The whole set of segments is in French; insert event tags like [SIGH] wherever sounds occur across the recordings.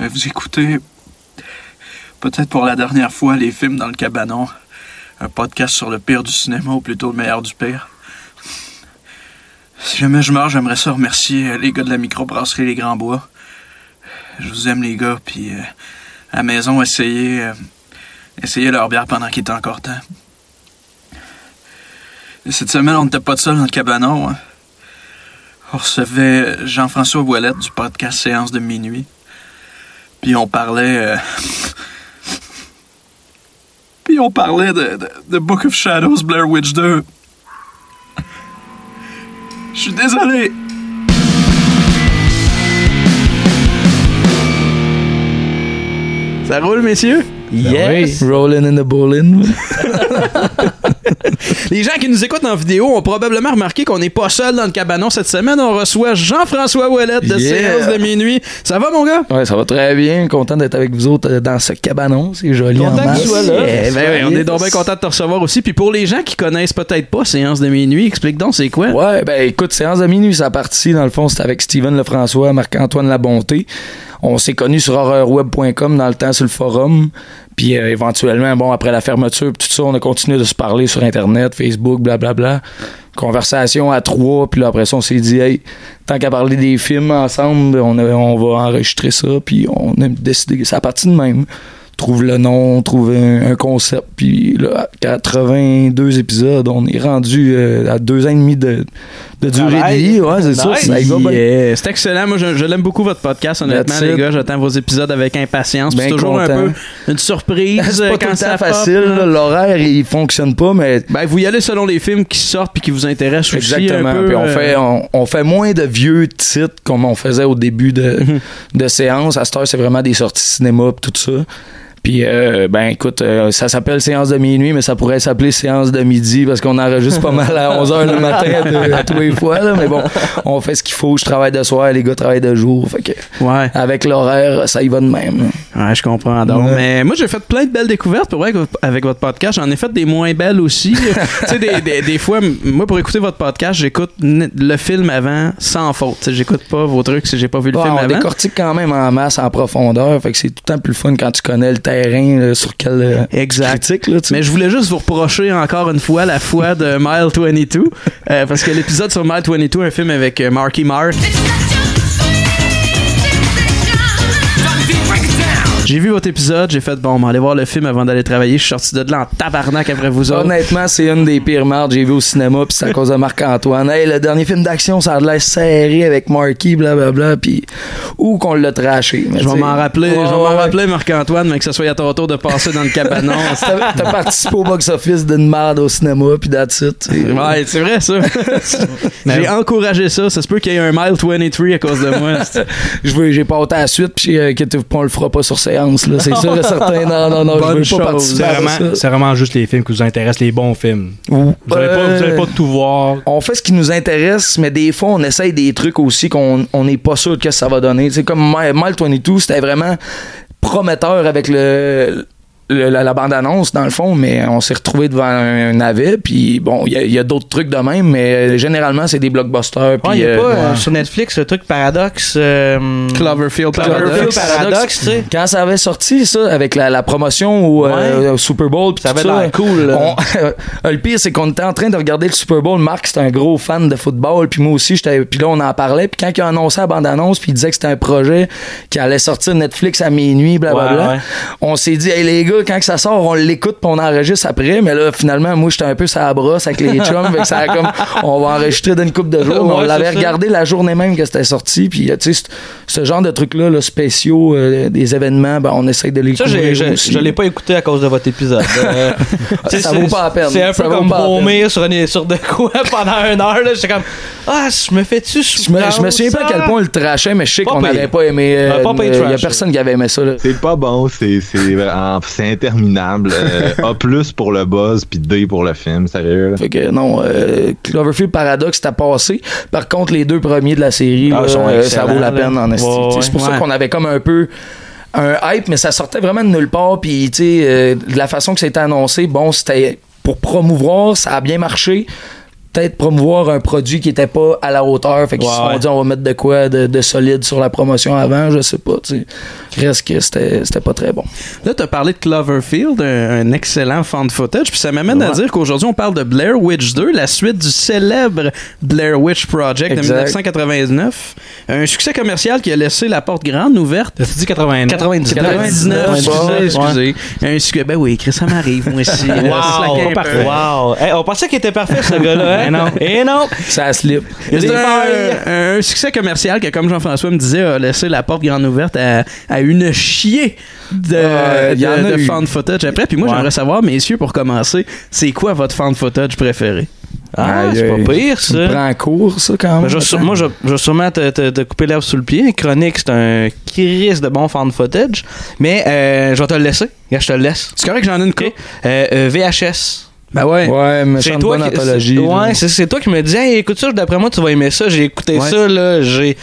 Euh, Vous écoutez, peut-être pour la dernière fois, les films dans le cabanon. Un podcast sur le pire du cinéma, ou plutôt le meilleur du pire. Si jamais je meurs, j'aimerais ça remercier euh, les gars de la microbrasserie Les Grands Bois. Je vous aime, les gars, puis euh, à la maison, essayez, euh, essayez leur bière pendant qu'il est encore temps. Cette semaine, on n'était pas de seul dans le cabanon. hein. On recevait Jean-François Ouellette du podcast Séance de minuit. Puis on parlait. euh, [LAUGHS] Puis on parlait de, de, de Book of Shadows, Blair Witch 2. Je suis désolé. Ça roule, messieurs? Yes! Rolling in the bowling. Les gens qui nous écoutent en vidéo ont probablement remarqué qu'on n'est pas seul dans le cabanon cette semaine. On reçoit Jean-François Ouellette de Yeah. Séance de minuit. Ça va, mon gars? [LAUGHS] Ouais, ça va très bien. Content d'être avec vous autres euh, dans ce cabanon. C'est joli. en Content que masse. tu sois là. Yeah, ben Ouais, oui. Eh on est donc bien content de te recevoir aussi. Puis pour les gens qui connaissent peut-être pas Séance de minuit, explique donc c'est quoi. Ouais, ben écoute, séance de minuit, ça a parti. Dans le fond, c'était avec Steven Lefrançois, Marc-Antoine Labonté. On s'est connus sur horrorweb.com dans le temps sur le forum. Puis euh, éventuellement, bon, après la fermeture, pis tout ça, on a continué de se parler sur Internet, Facebook, blablabla. Conversation à trois, puis là, après ça, on s'est dit, hey, tant qu'à parler des films ensemble, on, a- on va enregistrer ça, puis on a décidé, ça a parti de même. Trouve le nom, trouve un, un concept, puis là, à 82 épisodes, on est rendu euh, à deux ans et demi de, de durée de vie, ouais, c'est ça, ça y va bien. Yeah. C'est excellent. Moi, je, je l'aime beaucoup votre podcast, honnêtement, That's les it. gars. J'attends vos épisodes avec impatience. Puis Bien c'est toujours un content. peu une surprise [LAUGHS] C'est euh, pas quand tout le ça temps pop, facile, là. là. l'horaire il fonctionne pas, mais Ben, vous y allez selon les films qui sortent puis qui vous intéressent aussi. Exactement. un peu, Puis on euh, fait, on, on fait moins de vieux titres comme on faisait au début de, Mhm. de séance. À cette heure, c'est vraiment des sorties cinéma pis tout ça. Puis, euh, ben écoute, euh, ça s'appelle séance de minuit, mais ça pourrait s'appeler séance de midi parce qu'on enregistre pas mal [LAUGHS] à 11h le matin à, deux- à tous les fois. là. Mais bon, on fait ce qu'il faut. Je travaille de soir, les gars travaillent de jour. Fait que Ouais. avec l'horaire, ça y va de même. Ouais, je comprends. Donc, Ouais. mais moi, j'ai fait plein de belles découvertes pour vrai, avec votre podcast. J'en ai fait des moins [LAUGHS] belles aussi. tu sais, des, des, des fois, m- moi, pour écouter votre podcast, j'écoute n- le film avant sans faute. Tu sais, J'écoute pas vos trucs si j'ai pas vu le Ouais, film Ah, on avant. décortique quand même en masse, en profondeur. Fait que c'est tout le temps plus le fun quand tu connais le terrain là, sur quel euh, Exact. critique. Là, tu sais. Mais je voulais juste vous reprocher encore une fois la foi de Mile 22. euh, parce que l'épisode sur Mile 22, un film avec euh, Marky Mark. J'ai vu votre épisode, j'ai fait bon, m'aller voir le film avant d'aller travailler. Je suis sorti de là en tabarnak après vous autres. Honnêtement, c'est une des pires mardes que j'ai vu au cinéma, puis c'est à cause de Marc-Antoine. Hey, le dernier film d'action, ça a l'air serré avec Marky, blablabla, puis où qu'on l'a traché. mais Je vais t'sais, m'en rappeler, ouais, je vais m'en ouais. rappeler Marc-Antoine, mais que ce soit à ton tour de passer dans [LAUGHS] le cabanon. T'as t'as participé au box-office d'une marde au cinéma, puis that's it. t'sais. ouais, c'est [LAUGHS] vrai ça. J'ai encouragé ça, ça se peut qu'il y ait un mile 23 à cause de moi. Je veux, j'ai pas autant à la suite, puis euh, inquiétez-vous pas, on le fera pas sur séance, là. C'est sûr et certain. Non, non, non, Bonne je veux chose. pas C'est participer à vraiment, Ah, ben, ça. c'est vraiment juste les films qui vous intéressent, les bons films. Ou- Vous n'allez pas, vous allez pas tout voir. on fait ce qui nous intéresse, mais des fois, on essaye des trucs aussi qu'on on n'est pas sûr de que ça va donner. C'est comme Mile Mile 22, c'était vraiment prometteur avec le, le- la, la bande-annonce, dans le fond, mais on s'est retrouvé devant un navet, puis bon, il y a- il y a, d'autres trucs de même, mais euh, généralement, c'est des blockbusters. Ouais, Puis, y a euh, pas euh, sur Netflix le truc paradoxe. euh, Cloverfield Cloverfield Paradox. paradoxe, tu sais. Quand ça avait sorti, ça, avec la, la promotion au, euh, au Super Bowl, puis Ça tout avait l'air cool. là. [LAUGHS] On- euh, le pire, c'est qu'on était en train de regarder le Super Bowl. Marc, c'est un gros fan de football, puis moi aussi, j'étais, puis là, on en parlait. Puis quand il a annoncé la bande-annonce, puis il disait que c'était un projet qui allait sortir Netflix à minuit, blablabla, Ouais, ouais. on s'est dit, hey les gars, quand que ça sort, on l'écoute, puis on enregistre après. Mais là, finalement, moi, j'étais un peu ça brosse avec les chums, fait que ça a comme, on va enregistrer d'une coupe de [LAUGHS] jours. mais on Ouais, l'avait c'est ça. regardé la journée même que c'était sorti, puis euh, tu sais, ce ce genre de trucs-là, là, spéciaux, euh, des événements, ben, on essaye de les Ça, j'ai- couvrir je, aussi. je l'ai pas écouté à cause de votre épisode. [LAUGHS] Euh, tu sais, Ça c'est- vaut pas la peine. C'est un Ça peu vaut comme pas la peine. vomir sur, une- sur de quoi [LAUGHS] pendant une heure. là. J'étais comme, ah, je me fais-tu Je me, je me souviens pas à quel point on le trashait, mais je sais Pas qu'on payé. n'avait pas aimé. euh, Ah, pas payé Il y a trash, personne qui avait aimé ça. Là. C'est pas bon, c'est c'est en- c'est interminable. Euh, A plus pour le buzz puis D pour le film, sérieux. là. Fait que non, euh, Cloverfield Paradox, t'as passé. Par contre, les deux premiers de la série, Ah, là, ils sont euh, ça excellents, vaut la là. peine en esti. Ouais, Tu sais, ouais. C'est pour ça Ouais. qu'on avait comme un peu un hype, mais ça sortait vraiment de nulle part. Puis, tu sais, euh, de la façon que c'était annoncé, bon, c'était pour promouvoir, ça a bien marché. T'as- peut-être promouvoir un produit qui était pas à la hauteur. Fait qu'ils Ouais, se sont ouais. dit, on va mettre de quoi de, de solide sur la promotion avant, je sais pas. tu sais. Reste que c'était c'était pas très bon. Là, tu as parlé de Cloverfield, un, un excellent fan de footage, puis ça m'amène à dire qu'aujourd'hui, on parle de Blair Witch 2, la suite du célèbre Blair Witch Project de Exact. 1999. Un succès commercial qui a laissé la porte grande ouverte. T'as dit 89? 99, 99, excusez, ouais. excusez. Un succès, ben oui, Chris, ça m'arrive, moi aussi. [LAUGHS] Wow, parfait. Wow. Hey, on pensait qu'il était parfait, ce gars-là. Hein? non. Et non. Ça slip. Il y a C'est des failles. euh, un, un succès commercial que, comme Jean-François me disait, a laissé la porte grande ouverte à, à une chier de, Euh, Ouais, y en de, a de eu. fan footage après. Puis moi, Ouais. j'aimerais savoir, messieurs, pour commencer, c'est quoi votre fan footage préféré? Ah, Aïe, c'est aïe. pas pire, Tu me ça. prends en cours, ça, quand Ben, même. je vais sûre- moi, je vais- je vais sûrement te, te- te couper l'herbe sous le pied. Chronique, c'est un kiris de bon fan footage. Mais euh, je vais te le laisser. Regarde, je te le laisse. C'est correct que j'en ai une coupe? Ok. Euh, euh, VHS. Ben ouais. Ouais, mais c'est C'est une toi, bonne qui, anthologie. c'est- là. ouais, c'est, c'est toi qui me dis hey, écoute ça, d'après moi, tu vas aimer ça. J'ai écouté Ouais. ça, là, j'ai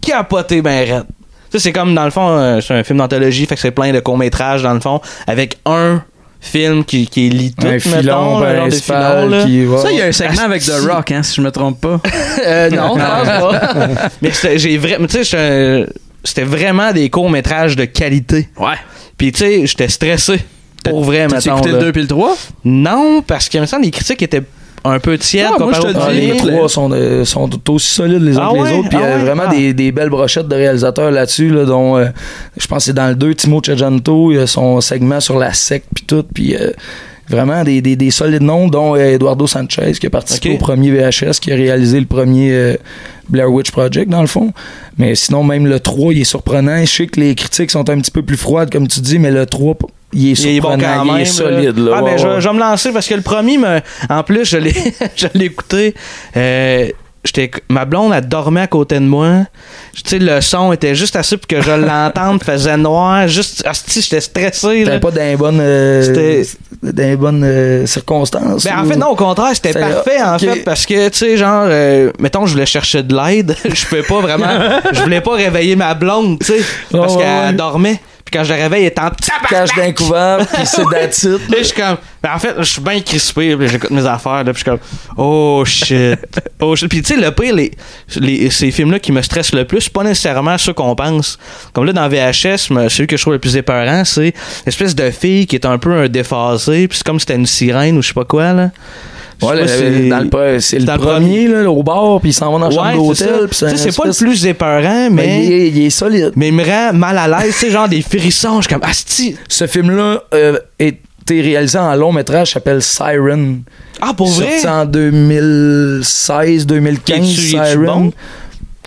capoté ben raide. Ça, c'est comme, dans le fond, euh, c'est un film d'anthologie, fait que c'est plein de courts-métrages, dans le fond, avec un film qui, qui lit tout, un filon mettons, un genre de filon, principal là. qui va. Ça, Oh, il y a un segment avec The Rock, hein, si je me trompe pas. [LAUGHS] Euh, [LAUGHS] non, je pense pas. Mais c'était, j'ai vraiment, tu sais, j'étais un- c'était vraiment des courts-métrages de qualité. Ouais. Puis, tu sais, j'étais stressé. Pour vrai, T'as-tu mettons, écouté là. le 2 puis le 3? Non, parce que, me semble, les critiques étaient un peu tièdes Ah, moi, comparé je te aux Ah, dis, les premiers. trois sont, de- sont aussi solides les uns Ah que les ouais? autres. Puis Ah euh, ouais? vraiment Ah. des, des belles brochettes de réalisateurs là-dessus, là, dont euh, je pense que c'est dans le 2, Timo Cejanto, il y a son segment sur la sec puis tout. Puis euh, vraiment des, des, des solides noms, dont euh, Eduardo Sanchez qui a participé Ok. au premier VHS, qui a réalisé le premier euh, Blair Witch Project dans le fond. Mais sinon, même le 3, il est surprenant. Je sais que les critiques sont un petit peu plus froides, comme tu dis, mais le 3, il est Il est surprenant, bon il est, quand même. solide. là. Là. Ah, Ouais, ben, je, ouais. je vais me lancer parce que le premier, me- en plus, je l'ai, [LAUGHS] je l'ai écouté. euh, j'étais- ma blonde, elle dormait à côté de moi. Tu sais, le son était juste assez pour que je l'entende, [LAUGHS] faisait noir. Juste, asti, j'étais stressé. C'était là. pas dans les bonnes, euh, C'était- dans les bonnes euh, circonstances. Ben, en ou- fait, non, au contraire, c'était C'est- parfait, en ok. fait, parce que, tu sais, genre, euh, mettons, je voulais chercher de l'aide, [LAUGHS] je pouvais pas vraiment, je voulais pas réveiller ma blonde, tu sais, [LAUGHS] Ouais, parce ouais, qu'elle ouais. dormait. Puis quand je la réveille, elle était en tabarnak. Cache d'un couvert, puis [LAUGHS] c'est d'attitude. Là, je suis comme. ben, en fait, je suis bien crispé, puis j'écoute mes affaires, là, puis je suis comme. Oh [LAUGHS] shit. Oh shit. Puis tu sais, le pire, les, les- ces films-là qui me stressent le plus, c'est pas nécessairement ceux qu'on pense. Comme là, dans VHS, me- celui que je trouve le plus épeurant, c'est l'espèce de fille qui est un peu un déphasé, puis c'est comme si c'était une sirène ou je sais pas quoi, là. Je sais Ouais, pas le- si- dans le pas- c'est le dans le premier, là, au bar, puis il s'en va dans la chambre Ouais, c'est ça. d'hôtel. Tu puis c'est sais, c'est un pas le espèce- plus épeurant, Mais, il, mais. est, il est solide. Mais il me rend mal à l'aise, tu sais, genre des frissons. Je suis comme, asti. Ce film-là euh, a été réalisé en long métrage, s'appelle Siren. Ah, pour vrai? Sorti en 2016, 2015. Es-tu- es-tu Siren. bon?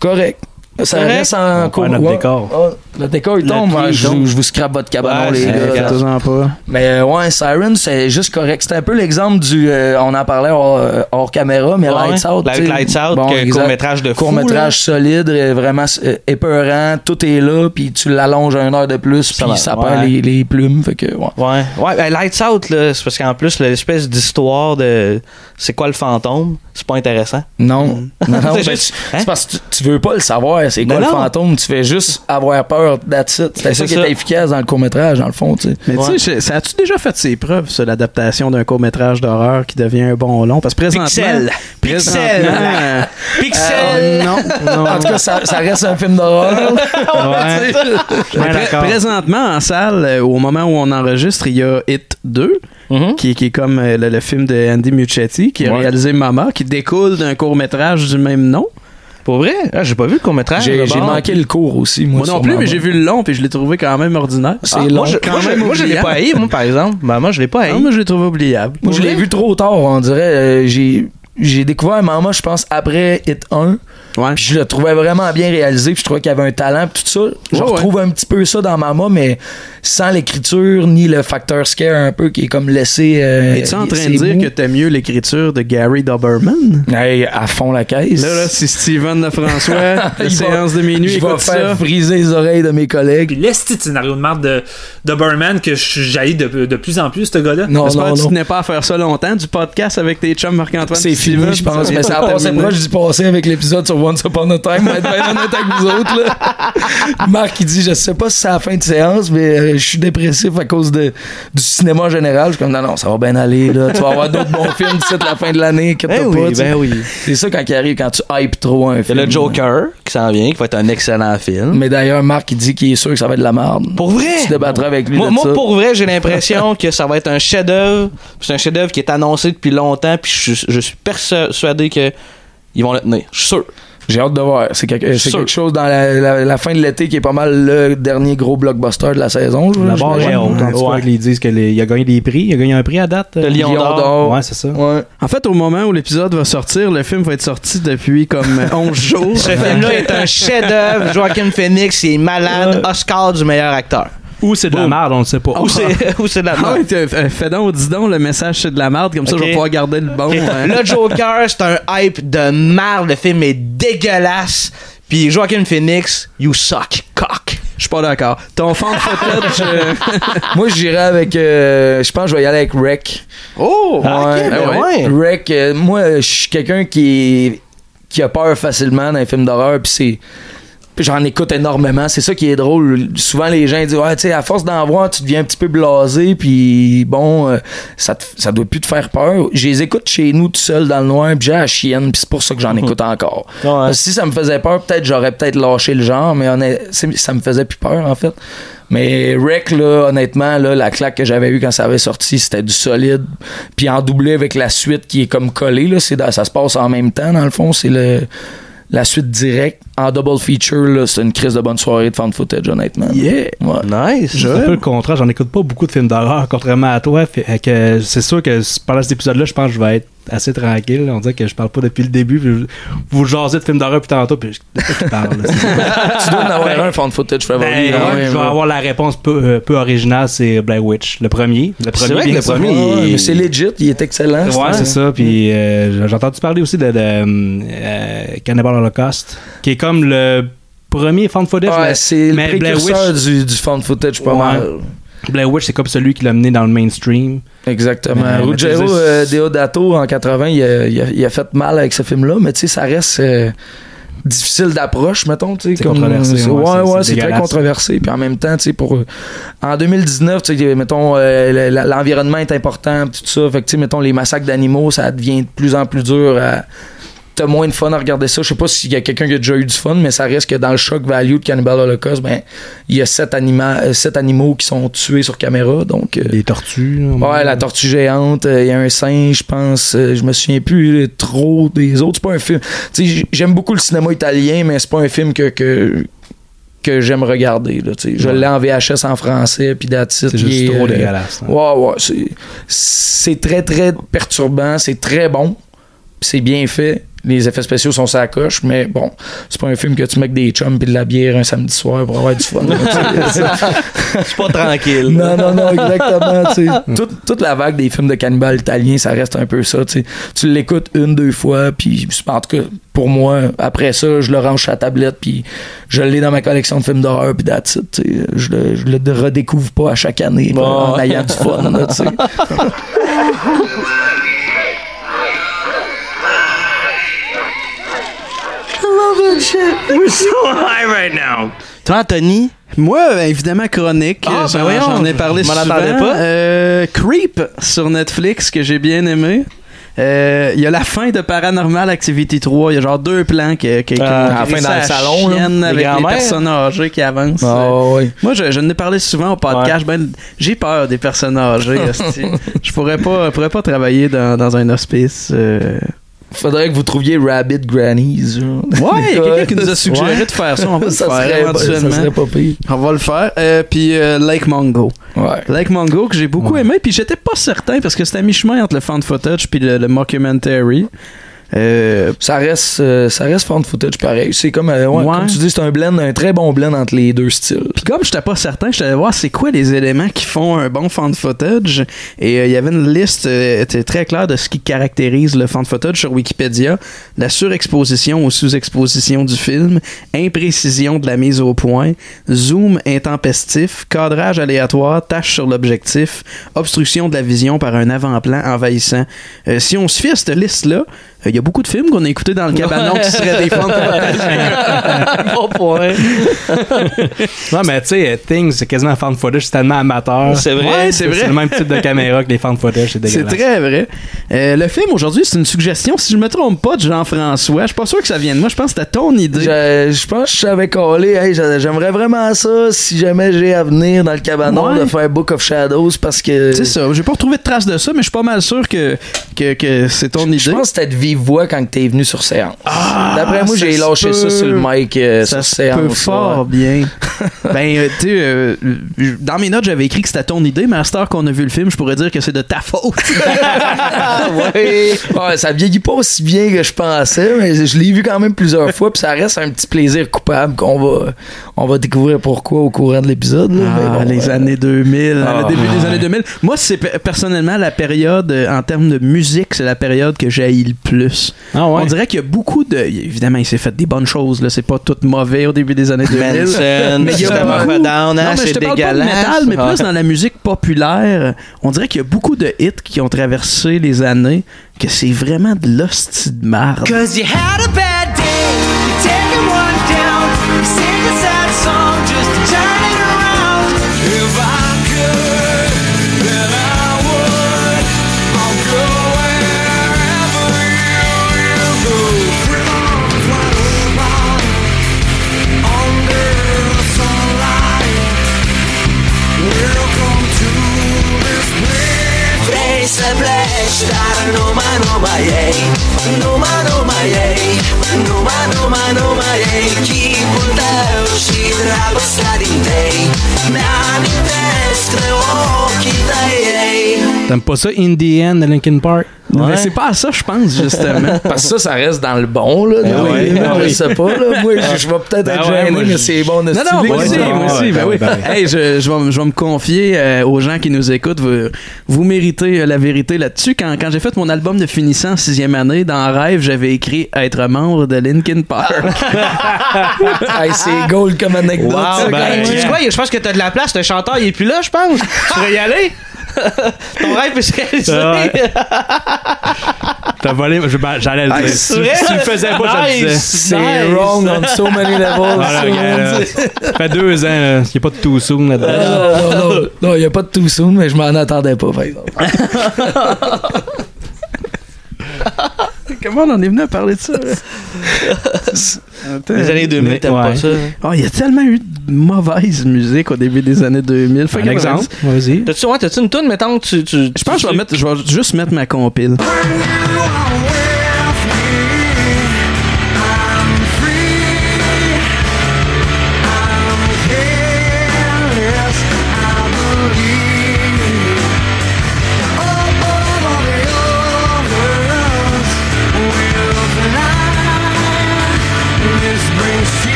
Correct. Ça Correct? reste en cours. prend notre ouais. décor. Ah, le décor, il Le tombe. prix, hein, il je, tombe. vous- je vous scrape votre cabanon, Ouais, ah, ben les c'est gars. correct. pas. Mais euh, ouais, Siren, c'est juste correct. C'était un peu l'exemple du. euh, on en parlait hors, euh, hors caméra, mais Ouais, Lights Out. avec tu sais. Lights Out, Bon, que- exact. court-métrage de fou, là. Court-métrage solide, euh, vraiment euh, épeurant, tout est là, puis tu l'allonges à une heure de plus, Ça puis va, ça, perd ouais. les, les plumes. Fait que, ouais. Ouais, ouais, ben, Lights Out, là, c'est parce qu'en plus, l'espèce d'histoire de c'est quoi le fantôme, c'est pas intéressant. Non. [LAUGHS] non, non, Mm. [LAUGHS] C'est ben, juste- tu- hein? C'est parce que tu, tu veux pas le savoir, c'est quoi Non, le non. fantôme, tu fais juste avoir peur, that's it. C'est C'est ça qui ça. était efficace dans le court-métrage, dans le fond, tu sais. Mais Ouais. tu sais, je- ça a-tu déjà fait ses preuves, ça, l'adaptation d'un court-métrage d'horreur qui devient un bon long? Parce que présentement... Pixel. présentement, Pixel. euh, Pixel! euh, [LAUGHS] non, non. En tout cas, ça, ça reste un film d'horreur. [LAUGHS] Ouais. Mais pré- présentement, en salle, euh, au moment où on enregistre, il y a Hit 2, Mhm. qui, qui est comme euh, le, le film de Andy Muschietti, qui a Ouais. réalisé Mama, qui découle d'un court-métrage du même nom. Pour vrai? Ah, j'ai pas vu le court-métrage. J'ai là-bas. j'ai manqué le cours aussi, moi. Moi non plus, sûrement. mais j'ai vu le long, puis je l'ai trouvé quand même ordinaire. C'est Ah, long. Moi, je, Quand moi, je- même moi, je l'ai oubliable. pas haï, moi, par exemple. Maman, je l'ai pas haï. Ah, moi, je l'ai trouvé oubliable. Moi, je l'ai vu trop tard, on dirait. Euh, j'ai, j'ai découvert Mama, je pense, après Hit 1. Ouais. Puis je le trouvais vraiment bien réalisé. Puis je trouvais qu'il avait un talent. Puis tout ça, je Ouais, ouais. retrouve un petit peu ça dans Mama, mais sans l'écriture ni le facteur scare un peu qui est comme laissé. euh, Es-tu en train c'est de dire mou. que t'aimes mieux l'écriture de Gary Doberman? Hey, à fond la caisse. Là, là, c'est Steven [LAUGHS] Lefrançois, la Il séance de minuit, je vais écoute faire ça. friser les oreilles de mes collègues. Puis l'esti de scénario de marde de, de Burman que je jaillis de, de plus en plus, ce gars-là. Non, J'espère non, que tu non. tenais pas à faire ça longtemps, du podcast avec tes chums Marc-Antoine. C'est puis fini, Steven, je pense. ça Mais vient ça a de passé terminer. proche du passé avec l'épisode sur Once Upon a Time, va être bien honnête avec vous autres. [LAUGHS] là. Marc, il dit Je sais pas si c'est à la fin de séance, mais euh, je suis dépressif à cause de, du cinéma en général. Je suis comme Non, non, ça va bien aller. Là. Tu vas avoir d'autres bons films d'ici la fin de l'année. inquiète-toi Eh pas, oui, tu sais. ben oui. C'est ça quand il arrive, quand tu hypes trop un Il film. y a le Joker qui s'en vient, qui va être un excellent film. Mais d'ailleurs, Marc, il dit qu'il est sûr que ça va être de la merde. Pour vrai! Tu débattras avec lui. Eh. Moi, de moi, ça. pour [LAUGHS] vrai, j'ai l'impression que ça va être un chef-d'œuvre. C'est un chef-d'œuvre qui est annoncé depuis longtemps, puis je, je suis persuadé que ils vont le tenir. Je suis sûr. J'ai hâte de voir. C'est quelque, c'est Sûr. quelque chose dans la, la- la fin de l'été qui est pas mal le dernier gros blockbuster de la saison. je- La barre j'imagine. est haute. En tout cas, qu'ils disent qu'il a gagné des prix. Il a gagné un prix à date. Le euh, Lion Lion d'or. d'or. Ouais, c'est ça. Ouais. En fait, au moment où l'épisode va sortir, le film va être sorti depuis [LAUGHS] comme euh, 11 jours. Ce film-là est un chef-d'œuvre. Joaquin Phoenix, il est malade. Ouais. Oscar du meilleur acteur. Ou c'est de la Boum. merde, on le sait pas. Ou c'est [LAUGHS] ou c'est de la Ah merde. [LAUGHS] ouais, t'as- euh, fais donc, dis donc, le message c'est de la merde, comme ça Ok. je vais pouvoir garder le bon. hein. Le Joker, c'est un hype de merde. Le film est dégueulasse. Puis Joaquin Phoenix, you suck, cock. Je suis pas d'accord. Ton fond de footage. euh, [LAUGHS] Moi, j'irai avec. euh, je pense que je vais y aller avec Rec. Oh, Ah, Ouais, ben ouais. ouais. Rec, euh, moi, je suis quelqu'un qui, qui a peur facilement dans les films d'horreur, puis c'est. puis J'en écoute énormément, c'est ça qui est drôle. Souvent les gens disent ouais, tu sais à force d'en voir, tu deviens un petit peu blasé puis bon euh, ça te- ça doit plus te faire peur. Je les écoute chez nous tout seul dans le noir, puis j'ai la chienne, puis c'est pour ça que j'en écoute encore. Parce que Si ça me faisait peur, peut-être j'aurais peut-être lâché le genre, mais honnêt- c'est- ça me faisait plus peur en fait. Mais Rec, là, honnêtement, là, la claque que j'avais eue quand ça avait sorti, c'était du solide. Puis en doublé avec la suite qui est comme collée, là, c'est dans- ça se passe en même temps, dans le fond. C'est le la suite directe. En double feature, là, c'est une crise de bonne soirée de fan footage, honnêtement. Yeah. Ouais. Nice. C'est un peu le contraire. J'en écoute pas beaucoup de films d'horreur, contrairement à toi. Fait que c'est sûr que pendant cet épisode-là, je pense que je vais être assez tranquille. On dirait que je parle pas depuis le début. puis vous- vous jasez de films d'horreur puis tantôt, puis je, de quoi tu parles, là? [LAUGHS] [LAUGHS] C'est- tu dois en avoir un fan footage favori. Ben, là, je ouais, vais ouais. avoir la réponse peu, euh, peu originale, c'est Blair Witch, le premier. Le premier, vrai que bien le sûr. premier, Ouais, il- mais c'est legit, il est excellent. Ouais, c'est ça. Puis euh, j'ai entendu parler aussi de, de, euh, Cannibal Holocaust, qui est comme le premier fan footage. Ouais, mais- c'est mais le Blair précurseur Witch- du, du fan footage, pas Ouais. mal. Blair Witch, c'est comme celui qui l'a mené dans le mainstream. Exactement. Mais- mais tu Ruggero sais- euh, Deodato, en 80, il a, il a- il a fait mal avec ce film-là, mais tu sais, ça reste euh, difficile d'approche, mettons. tu sais, C'est comme- controversé, c'est- ouais, Ouais, c'est- ouais, c'est c'est très dégueulasse. controversé. Puis en même temps, tu sais, pour. En 2019, tu sais, mettons, euh, le- la- l'environnement est important, puis tout ça. Fait que, tu sais, mettons, les massacres d'animaux, ça devient de plus en plus dur à. T'as moins de fun à regarder ça. Je sais pas s'il y a quelqu'un qui a déjà eu du fun, mais ça reste que dans le choc value de Cannibal Holocaust, ben, il y a sept, anima- euh, sept animaux qui sont tués sur caméra. Donc, euh, Les tortues. là, Ouais, la tortue géante, euh, il y a un singe, je pense. euh, je me souviens plus euh, trop des autres. C'est pas un film. Tu sais, j- j'aime beaucoup le cinéma italien, mais c'est pas un film que. que que j'aime regarder. Là, tu sais. je Ouais. l'ai en VHS en français, puis d'attitude. C'est juste trop dégueulasse. là. Ouais, ouais. c'est- C'est très, très perturbant. C'est très bon. puis C'est bien fait. Les effets spéciaux sont sa coche, mais bon, c'est pas un film que tu mets avec des chums puis de la bière un samedi soir pour avoir du fun. là, tu sais. Je suis pas tranquille. Non, non, non, exactement. tu sais. [LAUGHS] Toute, toute la vague des films de cannibales italiens, ça reste un peu ça. tu sais. Tu l'écoutes une, deux fois, puis je- en tout cas, pour moi, après ça, je le range sur la tablette, puis je l'ai dans ma collection de films d'horreur, puis that's it, tu sais. Je le, je le redécouvre pas à chaque année Bon. en ayant du fun. là, tu sais. Toi, Anthony, Moi, ben, évidemment, chronique. Ah, euh, ben J'en voyons, j'en ai parlé je m'en souvent. attendais pas. Euh, Creep sur Netflix, que j'ai bien aimé. Euh, Il y a la fin de Paranormal Activity 3. Il y a genre deux plans que quelqu'un Ah, la fin dans le salon, là. chienne Les avec les grands-mères. personnes âgées qui avancent. Euh, [LAUGHS] Ah, ouais. Moi, je, je n'ai parlé souvent au podcast. Ben, j'ai peur des personnes âgées. hostie. je pourrais pas, pourrais pas travailler dans, dans un hospice. euh. Faudrait que vous trouviez Rabbit Grannies. genre. Ouais, [LAUGHS] il y a quelqu'un qui nous [LAUGHS] a Ouais. suggéré de faire ça. On va le Ça faire serait, pas, ça éventuellement. serait pas pire. On va le faire. Euh, Puis euh, Lake Mongo. Ouais. Like Mongo que j'ai beaucoup Ouais. aimé puis j'étais pas certain parce que c'était à mi-chemin entre le fan footage puis le, le mockumentary. Euh, Ça reste, euh, ça reste found footage pareil. C'est comme, euh, ouais, Ouais. comme tu dis, c'est un blend, un très bon blend entre les deux styles. puis comme j'étais pas certain, j'étais allé voir c'est quoi les éléments qui font un bon fan footage et euh, il y avait une liste euh, était très claire de ce qui caractérise le fan footage sur Wikipédia, la surexposition ou sous-exposition du film, imprécision de la mise au point, zoom intempestif, cadrage aléatoire, tâche sur l'objectif, obstruction de la vision par un avant-plan envahissant. Euh, si on se fie à cette liste-là, Il y a beaucoup de films qu'on a écoutés dans le cabanon qui seraient des fans bon point. Non, mais tu sais, Things, c'est quasiment fan footage, c'est tellement amateur. C'est vrai. Ouais, c'est vrai. le même type de caméra que les fan footage, c'est C'est dégueulasse. très vrai. Euh, le film aujourd'hui, c'est une suggestion, si je me trompe pas, de Jean-François. Je suis pas sûr que ça vienne de moi. Je pense que c'était ton idée. Je, je pense que je savais collé. Hey, j'a- j'aimerais vraiment ça si jamais j'ai à venir dans le cabanon Ouais. de faire Book of Shadows parce que. C'est ça. J'ai pas retrouvé de traces de ça, mais je suis pas mal sûr que, que, que c'est ton idée. Je Ah, pense que t'as de vive voix quand t'es venu sur séance. Ah, D'après moi, ça j'ai se lâché ça peut. sur le mic euh, ça sur se séance. peut là. [LAUGHS] fort bien. ben, euh, tu sais, euh, j- dans mes notes, j'avais écrit que c'était ton idée, mais à cette heure qu'on a vu le film, je pourrais dire que c'est de ta faute. Ah ouais. Ouais, ça vieillit pas aussi bien que je pensais, Ah, mais je l'ai vu quand même plusieurs [LAUGHS] fois, puis ça reste un petit plaisir coupable qu'on va, on va découvrir pourquoi au courant de l'épisode. là, [LAUGHS] mais Ah, bon, les euh, années 2000, Ah, le début des ouais. années 2000. Moi, c'est pe- personnellement la période, euh, en termes de musique, c'est la période que j'ai le plus. Ah ouais. On dirait qu'il y a beaucoup de. Évidemment, il s'est fait des bonnes choses, là. C'est pas tout mauvais au début des années 2000. Manson, Mais il y a System of a beaucoup- Down, Non, hein, mais je c'est te parle pas de dégueulasse. métal, mais Ouais. plus dans la musique populaire. On dirait qu'il y a beaucoup de hits qui ont traversé les années, que c'est vraiment de l'hostie de marde. Cause you had a bad day, you're taking one down. You sing a sad song just to turn it around. If I could, then I would. I'll go wherever you, go. under the sunlight. Welcome to this place. Place a place that I know my, know my, yeah. Know my, know my, yeah. Know my, know my, know my, yeah. Keep on down, she drago sliding day. Nani desk, the walk in the yeah. T'aimes pas ça, Indian de Linkin Park? Mais c'est pas à ça, je pense, justement. Parce que ça, ça reste dans le bon, là. de- ouais. là, Ah Je oui. sais pas, là. Moi, je- je vais peut-être être ouais, gêné, moi, mais je- c'est bon de Non, non, stimuler. moi aussi, Ouais, moi ouais, aussi, ben ben oui. oui, ben Hey, je, je vais, me- je vais me confier euh, aux gens qui nous écoutent. Vous, vous méritez euh, la vérité là-dessus. Quand, quand j'ai fait mon album de finissant en sixième année, dans Rêve, j'avais écrit Être membre de Linkin Park. Hey, c'est gold comme anecdote. Wow, ça, ben, quand tu même. sais quoi, je pense que t'as de la place, le chanteur il est plus là, je pense. tu pourrais y aller? Ton rêve peut se réaliser. Ouais. T'as volé, je- ben, j'allais le dire. Si vrai? si tu le faisais pas, je le disais. C'est wrong on so many levels. Ah, là, regarde, là. Ça fait deux ans, là. Il n'y a pas de tout soon là-dedans. Ah, Non, non, non, non, il n'y a pas de tout soon, mais je m'en attendais pas, par exemple. [LAUGHS] Comment on en est venu à parler de ça? Les années 2000, t'aimes Ouais. pas ça. Oh, il y a tellement eu de mauvaise musique au début des années 2000. Fait Un que- exemple, vas-y. T'as-tu ouais, t'as-tu une toune, mettons, que tu, tu. Je pense que je vais, mettre- je vais juste mettre ma compile.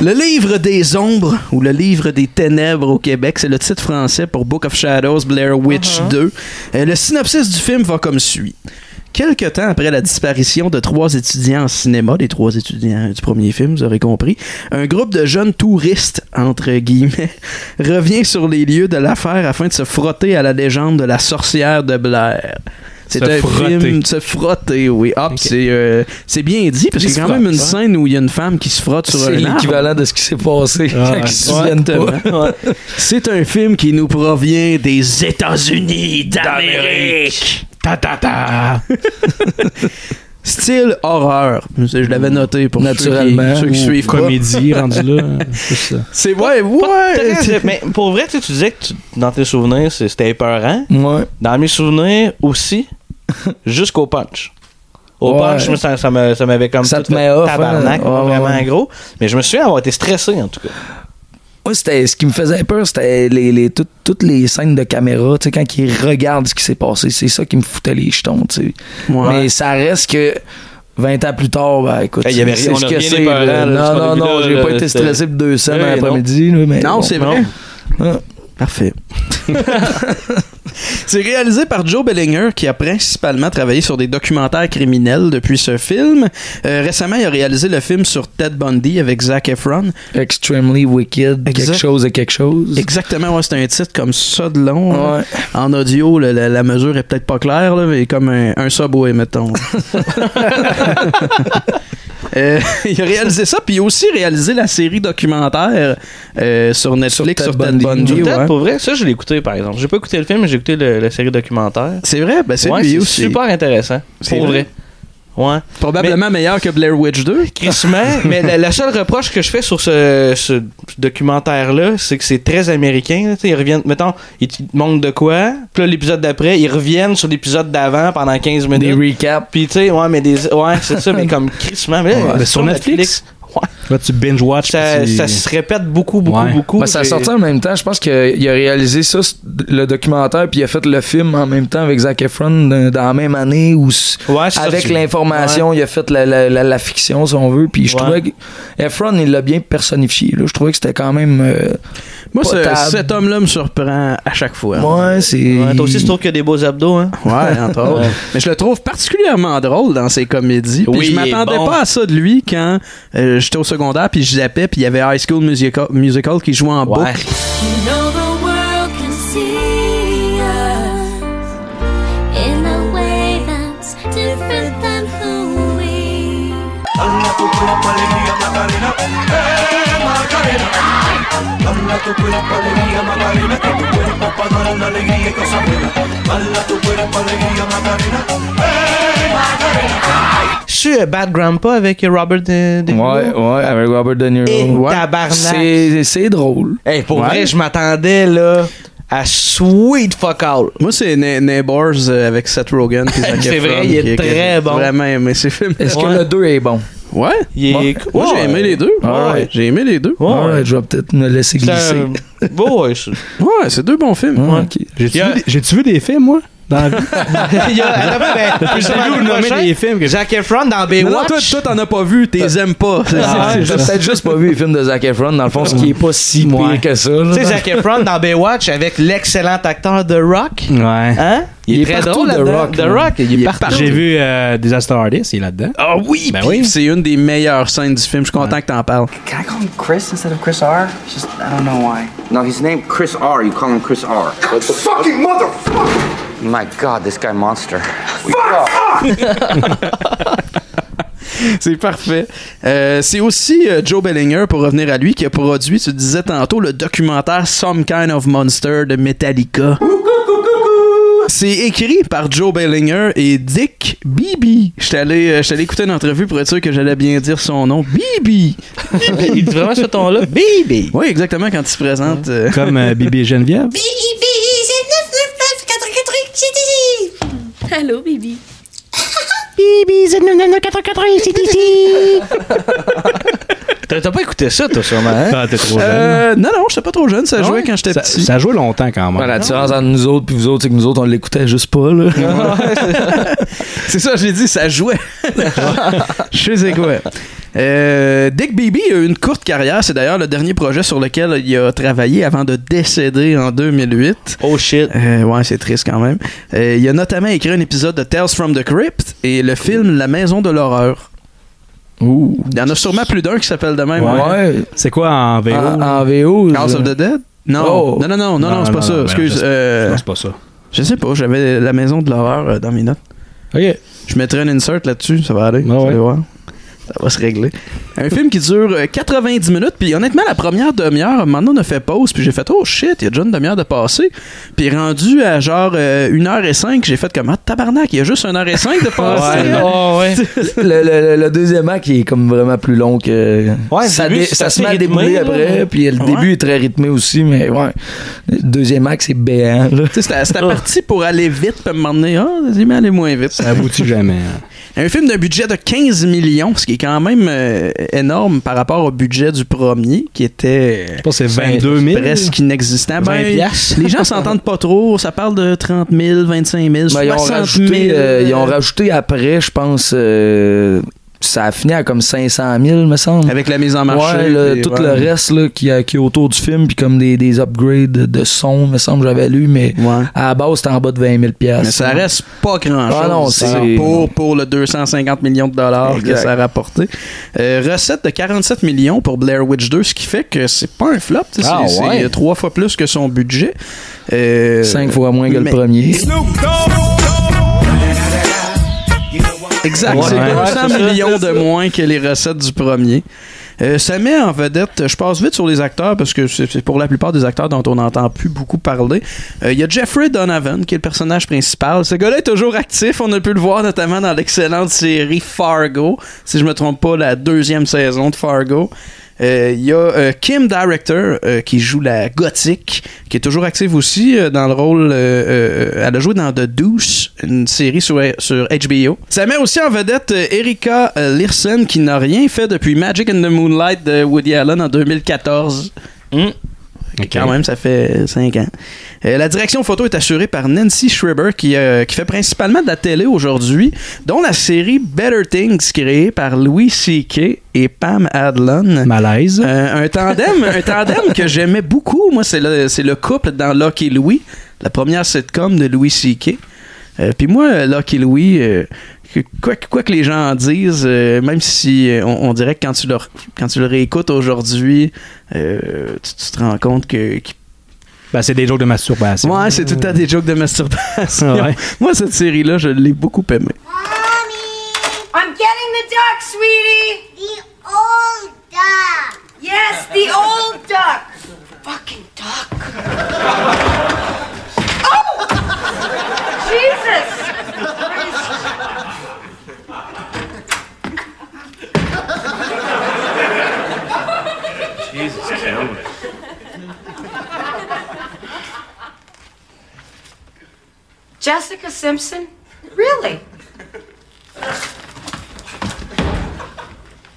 Le livre des ombres ou le livre des ténèbres au Québec, c'est le titre français pour Book of Shadows Blair Witch 2. Euh, le synopsis du film va comme suit. Quelque temps après la disparition de trois étudiants en cinéma, des trois étudiants du premier film, vous aurez compris, un groupe de jeunes touristes, entre guillemets, [LAUGHS] revient sur les lieux de l'affaire afin de se frotter à la légende de la sorcière de Blair. C'est Se un frotter. film se frotter, oui. Hop, c'est euh, c'est bien dit parce Ils qu'il y a se quand même frottent, une hein. scène où il y a une femme qui se frotte sur C'est un arbre. l'équivalent de ce [LAUGHS] qui s'est passé. Ah, quand ils se souviennent pas. Exactement. C'est un film qui nous provient des États-Unis d'Amérique. Ta ta ta. Style horreur. Je l'avais noté pour ceux qui- Naturellement. ceux qui, Ou suivent pas. Comédie rendu là. [LAUGHS] hein, c'est ça. C'est ouais, ouais. Très- Mais pour vrai, tu sais, tu disais que tu- dans tes souvenirs, c'est- c'était épeurant. Ouais. Dans mes souvenirs [LAUGHS] aussi, jusqu'au punch. Au Ouais. punch, moi, ça, ça me- ça m'avait comme Ça tout te met fait off, hein. tabarnak, Ouais, ouais, vraiment ouais. gros. Mais je me souviens avoir été stressé, en tout cas. Moi, c'était ce qui me faisait peur, c'était les, les, tout- toutes les scènes de caméra, tu sais, quand ils regardent ce qui s'est passé. C'est ça qui me foutait les jetons, tu sais. Ouais. Mais ça reste que 20 ans plus tard, ben écoute, Eh, il y avait rien- c'est on ce a que rien c'est. épeurant, là. là, ce qu'on a Non, non, vu non, là, j'ai là, pas été c'était- stressé pour deux scènes Eh, dans non. l'après-midi. là, mais Non, bon. c'est vrai. Ah. Parfait. C'est réalisé par Joe Bellinger qui a principalement travaillé sur des documentaires criminels depuis ce film. Euh, récemment, il a réalisé le film sur Ted Bundy avec Zac Efron. Extremely Wicked, Exact. quelque chose et quelque chose. Exactement, ouais, c'est un titre comme ça de long. là. Ouais. En audio, le- la, la mesure est peut-être pas claire, là, mais comme un, un subway, mettons. Euh, il a réalisé ça, puis il a aussi réalisé la série documentaire euh, sur Netflix sur Ted Bundy. Ted Bundy. Sur ouais. Peut-être, pour vrai, ça, je l'ai écouté, par exemple. J'ai pas écouté le film, mais j'ai écouté le- la série documentaire. C'est vrai, ben c'est Ouais, lui aussi. super intéressant. C'est Pour vrai. vrai. Ouais. Probablement meilleur que Blair Witch 2. Crissement, mais la, la seule reproche que je fais sur ce, ce documentaire-là, c'est que c'est très américain. là. Tu sais, Ils reviennent, mettons, ils te montrent de quoi, puis là, l'épisode d'après, ils reviennent sur l'épisode d'avant pendant 15 minutes. Des recaps. Puis tu sais, ouais, mais des. Ouais, c'est ça, mais comme crissement. Mais, là, Ouais, mais sur Netflix. Là, tu binge-watch. ça, puis tu- ça se répète beaucoup, beaucoup, Ouais. beaucoup. Ben, ça a J'ai- sorti en même temps. Je pense qu'il a réalisé ça, c- le documentaire, puis il a fait le film en même temps avec Zac Efron euh, dans la même année ou s- Ouais, c'est avec sorti- l'information, il a fait la, la- la- la fiction, si on veut. Puis je Ouais. trouvais que Efron, il l'a bien personnifié. là. Je trouvais que c'était quand même. euh, Moi, ce- Potable. cet homme-là me surprend à chaque fois. ouais, c'est. Ouais, toi aussi, tu trouves qu'il y a des beaux abdos, hein? Ouais, entre autres. Mais je le trouve particulièrement drôle dans ses comédies. Puis Oui, je il est m'attendais bon. pas à ça de lui quand euh, j'étais au secondaire puis je zappais puis il y avait High School Musical, Musical qui jouait en Ouais. boucle. You know the world can see us in a way that's different than who we C'est euh, Bad Grandpa avec euh, Robert De, De Ouais, ouais, avec Robert De Niro. Et Ouais. tabarnak. C'est c'est drôle. Hey, pour Ouais. vrai, je m'attendais, là, à sweet fuck all. Moi, c'est Ne- Neighbors euh, avec Seth Rogen. puis Zac [LAUGHS] C'est Efron vrai, il est qui- qui- très bon. Vraiment aimé ces films. Est-ce Ouais. que le 2 est bon? Ouais. Il est- Moi, j'ai aimé les deux. Ouais. Ouais, J'ai aimé les deux. Ouais. Alright, je vais peut-être me laisser C'est glisser. un- Bon, [LAUGHS] ouais, c'est- Ouais, c'est deux bons films. Ouais, ok. J'ai-tu Il y a- vu, des- j'ai-tu vu des films, moi? Dans la vie? Il y a- attends, ben, [LAUGHS] justement, J'ai vu le nommer prochain, des films que j'ai- Zac Efron dans Non, non, Baywatch. toi, toi, t'en as pas vu, t'es aimes pas. C'est- Ah, c'est- J'ai peut-être juste pas vu les films de Zac Efron, dans le fond, ce qui est pas si Ouais. pire que ça. là. Tu sais, Zac Efron dans Baywatch avec l'excellent acteur The Rock. Ouais. Hein? Il est très partout, drôle The là-dedans. Rock, The là. Rock, il est partout. J'ai vu euh, Disaster Artist, il est là-dedans. Ah oui, Ben puis oui. c'est une des meilleures scènes du film. Je suis content que t'en parles. Can I call him Chris instead of Chris R? It's just I don't know why. No, he's named Chris R. You call him Chris R. Fucking motherfucker! My God, this guy monster. C'est parfait. Euh, c'est aussi euh, Joe Bellinger, pour revenir à lui, qui a produit, tu disais tantôt, le documentaire Some Kind of Monster de Metallica. C'est écrit par Joe Bellinger et Dick Bibi. Je allé, euh, j'étais allé écouter une entrevue pour être sûr que j'allais bien dire son nom. Bibi! Il dit vraiment ce ton-là. Baby! Oui, exactement, quand il se présente. euh, Comme euh, Bibi et Geneviève. Allô, baby. [LAUGHS] [LAUGHS] T'as t'as pas écouté ça, toi, sûrement, hein? Ah, t'es trop jeune. euh, non, non, j'étais pas trop jeune, ça Ah jouait ouais? quand j'étais ça, petit. ça a joué longtemps quand même. Ouais, la différence entre nous autres puis vous autres, c'est que nous autres, on l'écoutait juste pas, là. [LAUGHS] C'est ça, j'ai dit, ça jouait. [LAUGHS] Je sais quoi. Euh, Dick Beebe a eu une courte carrière. C'est d'ailleurs le dernier projet sur lequel il a travaillé avant de décéder en 2008. Oh shit. Euh, ouais, c'est triste quand même. Euh, il a notamment écrit un épisode de Tales from the Crypt et le film La Maison de l'horreur. Ouh. Il y en a sûrement plus d'un qui s'appelle de même. hein? Ouais. C'est quoi en VO? En, en euh, VO. House of the Dead? Non. Oh. non, non, non, non, non, Non, c'est pas non, ça. non, Excuse. ben, euh, Non, c'est pas ça. je sais pas, j'avais La Maison de l'horreur euh, dans mes notes. Ok. Je mettrai un insert là-dessus, ça va aller. Ah vous allez ouais. voir. Ça va se régler. Un film qui dure euh, 90 minutes, puis honnêtement, la première demi-heure, maintenant on a fait pause, puis j'ai fait Oh shit, il y a déjà une demi-heure de passé. Puis rendu à genre euh, 1h05, j'ai fait comme Ah tabarnak, il y a juste 1h05 [LAUGHS] de passé. Ouais, Ah, oh, ouais. le, le- le- le deuxième acte il est comme vraiment plus long que. Ouais, ça le début, dé- c'est ça se assez met à débrouiller rythmé, là. après, puis le Ouais. début est très rythmé aussi, mais ouais. Le deuxième acte, c'est béant, là. Tu sais, C'était Oh. c'était parti pour aller vite, puis à un moment donné, ah, vas-y, mais allez moins vite. Ça aboutit jamais. hein. [LAUGHS] Un film d'un budget de 15 millions, ce qui est quand même euh, énorme par rapport au budget du premier, qui était. euh, ben, Je pense que c'est 22 000. presque inexistant. Ben, 20 piastres. [LAUGHS] les gens s'entendent pas trop. Ça parle de 30 000, 25 000, Ben, ils, ont 60 rajouté, 000. euh, ils ont rajouté après, je pense, euh, ça a fini à comme 500 000, me semble. Avec la mise en marché, Ouais, le- puis tout ouais. le reste là, qui, a- qui est autour du film, puis comme des, des upgrades de son, me semble, j'avais lu, mais à la base, c'était en bas de 20 000 Mais ça reste pas grand-chose Ah non, par c'est- rapport pour le 250 millions de dollars que Exact. ça a rapporté. Euh, recette de 47 millions pour Blair Witch 2, ce qui fait que c'est pas un flop. tu sais, Ah c'est ouais. c'est trois fois plus que son budget. Euh, Cinq fois moins que le mais- premier. Exact, Ouais, c'est ouais, 200 c'est ça, millions de moins que les recettes du premier. Euh, ça met en vedette, je passe vite sur les acteurs parce que c'est c'est pour la plupart des acteurs dont on n'entend plus beaucoup parler. Euh, Il y a Jeffrey Donovan qui est le personnage principal. Ce gars-là est toujours actif, on a pu le voir notamment dans l'excellente série Fargo, si je me trompe pas, la deuxième saison de Fargo. Euh, Il y a euh, Kim Director euh, qui joue la gothique, qui est toujours active aussi euh, dans le rôle. euh, euh, elle a joué dans The Deuce, une série sur, sur HBO. Ça met aussi en vedette euh, Erika euh, Lirsen qui n'a rien fait depuis Magic and the Moonlight de Woody Allen en 2014. Quand même, ça fait 5 ans. Euh, la direction photo est assurée par Nancy Schreiber, qui, euh, qui fait principalement de la télé aujourd'hui, dont la série Better Things, créée par Louis C.K. et Pam Adlon. Malaise. Euh, un tandem, un tandem que j'aimais beaucoup, moi, c'est le, c'est le couple dans Lucky Louis, la première sitcom de Louis C.K. Euh, Puis moi, euh, Lucky Louis, euh, que- quoi, que- quoi que les gens en disent, euh, même si euh, on, on dirait que quand tu le, re- quand tu le réécoutes aujourd'hui, euh, tu, tu te rends compte que, qu'il Ben, c'est des jokes de masturbation. Ouais, c'est tout le temps des jokes de masturbation. Ouais. Moi, cette série-là, je l'ai beaucoup aimée. I'm getting the duck, sweetie. The old duck. Yes, the old duck. Fucking duck. oh! Jesus! Jesus, Kim. Jessica Simpson? Really?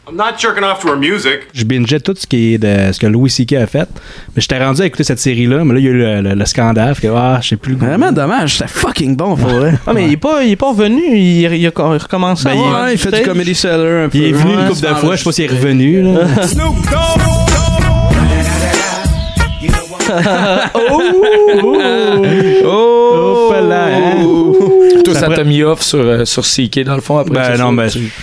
I'm not jerking off to her music. Je bingeais tout ce, qui est de, ce que Louis C.K. a fait. Mais j'étais rendu à écouter cette série-là, mais là, il y a eu le, le- le scandale. Fait que, ah, je sais plus le goût. Vraiment dommage, c'était fucking bon, pour vrai. Ah, mais il est pas, il est pas revenu, il, il a co- recommencé Ben, à il- avoir ouais, il fait du stage. comedy seller un peu. Il est venu Ouais, une couple c'est de fois, je sais pas s'il est revenu. là. Oh! Toi, ça t'a mis off sur, euh, sur CK, dans le fond, après Ben c'est non, ça, ben, tu-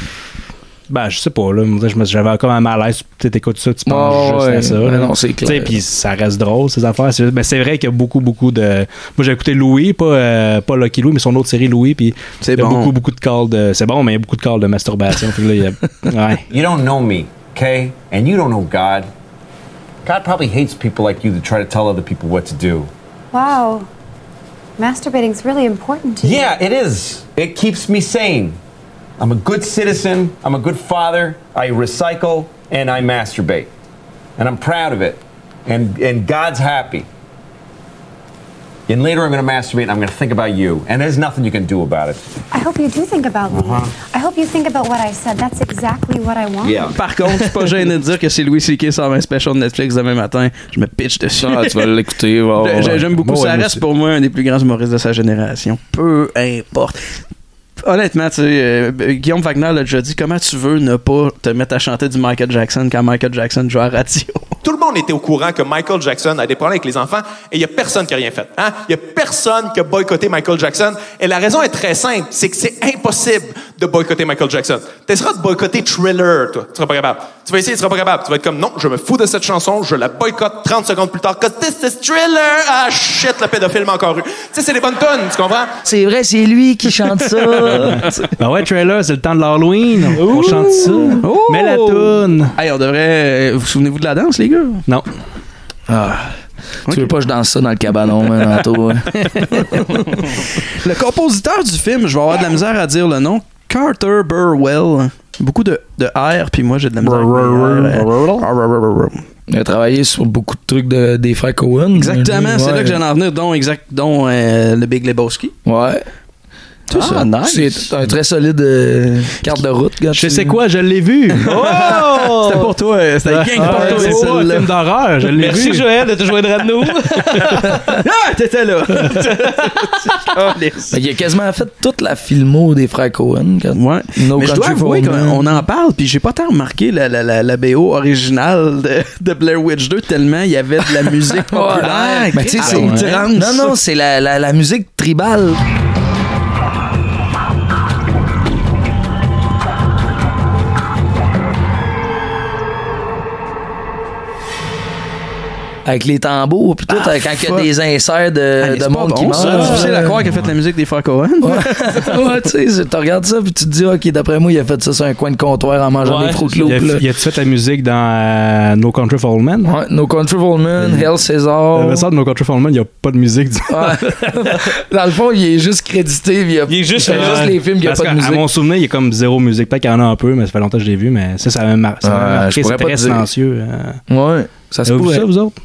Ben, je sais pas, là. Moi, je me- J'avais comme un malaise. Tu t'écoutes ça, tu Ah penses Ouais, juste ouais. à ça. Ben là. non, c'est Tu sais, clair. puis ça reste drôle, ces affaires. C'est juste- ben, c'est vrai qu'il y a beaucoup, beaucoup de. Moi, j'ai écouté Louis, pas, euh, pas Lucky Louis, mais son autre série Louis, puis. C'est Il y a bon. beaucoup, beaucoup de calls de. C'est bon, mais il y a beaucoup de calls [LAUGHS] de masturbation. Fait que là, il [LAUGHS] y a- Ouais. You don't know me, okay? And you don't know God. God probably hates people like you that try to tell other people what to do. Wow. Masturbating's really important to you. Yeah, it is. It keeps me sane. I'm a good citizen, I'm a good father, I recycle, and I masturbate. And I'm proud of it. And, and God's happy. And later I'm gonna masturbate and I'm gonna think about you. And there's nothing you can do about it. I hope you do think about me. Uh-huh. I hope you think about what I said. That's exactly what I want. Par contre, je suis pas gêné de dire que c'est Louis C.K. sort un special de Netflix demain matin. Je me pitch dessus. Ah, tu vas l'écouter. ouais, ouais, J'ai- ouais. J'aime beaucoup. Ouais, ça moi reste aussi. pour moi un des plus grands humoristes de sa génération. Peu importe. Honnêtement, tu sais, euh, Guillaume Wagner l'a déjà dit, comment tu veux ne pas te mettre à chanter du Michael Jackson quand Michael Jackson joue à la radio? Tout le monde était au courant que Michael Jackson a des problèmes avec les enfants et il n'y a personne qui a rien fait. hein? Il n'y a personne qui a boycotté Michael Jackson. Et la raison est très simple, c'est que c'est impossible de boycotter Michael Jackson. Tu essaieras de boycotter Thriller, toi. Tu seras pas capable. Tu vas essayer, tu seras pas capable. Tu vas être comme, non, je me fous de cette chanson, je la boycotte 30 secondes plus tard. Cause this is Thriller. Ah, shit, le pédophile m'a encore eu. Tu sais, c'est des bonnes tonnes, tu comprends? C'est vrai, c'est lui qui chante [LAUGHS] ça. ben ouais, trailer, c'est le temps de l'Halloween. On chante ça. Mais la toune. Hey, on devrait. euh, Vous souvenez-vous de la danse, les gars? Non. Ah. Tu veux pas que je danse ça dans le cabanon, man, tantôt. hein? [LAUGHS] Le compositeur du film, je vais avoir de la misère à dire le nom, Carter Burwell. Beaucoup de, de R, puis moi j'ai de la misère. avec mes R. euh, Il a travaillé sur beaucoup de trucs de, des frères Cohen. Exactement, c'est là que j'allais en venir, dont, exact, dont euh, le Big Lebowski. Ouais. Ah, Tout ça. C'est un très solide euh, carte de route. Je sais quoi, je [LAUGHS] l'ai vu. Ah, Oh! C'était pour toi. euh, C'était Ouais, gang Ah, pour ouais, toi, c'est pas un celle-là. film d'horreur, je l'ai Merci vu. Joël de te joindre à nous. Ah, t'étais là. Mais il a quasiment fait toute la filmo des frères Cohen. Quand ouais. No Mais je dois Country for avouer Old Men. qu'on en parle, puis j'ai pas tant remarqué la, la, la, la BO originale de, de Blair Witch 2 tellement il y avait de la musique populaire. Ah, Mais tu sais, c'est outrance. Non, non, c'est la, la, la musique tribale. Ah, Avec les tambours, puis tout, Ah, euh, quand il y fuck. a des inserts de, Ah, Hey, euh, de c'est pas monde qui bon, ça. meurt. Difficile à croire qu'il a fait la musique des frères Cohen. ouais, tu sais, tu regardes ça, puis tu te dis, OK, d'après moi, il a fait ça sur un coin de comptoir en mangeant des Froot Loops. Il a- là. Il a-tu fait la musique dans euh, No Country for Old Men? Ouais, no Country for Old Men, Hell César. Oh. Le sort de No Country for Old Men, il n'y a pas de musique. du- Ouais. Dans le fond, il est juste crédité. Il, a- il fait juste, Ouais. les films, il n'y a Parce pas de qu'à- musique. À mon souvenir, il y a comme zéro musique. Peut-être qu'il y en a un peu, mais ça fait longtemps que je l'ai vu. Mais ça, ça m'a mar- ça m'a Ouais, marqué. je pourrais pas C'est très te dire. silencieux. Ouais, ça se pourrait. ça, vous autres?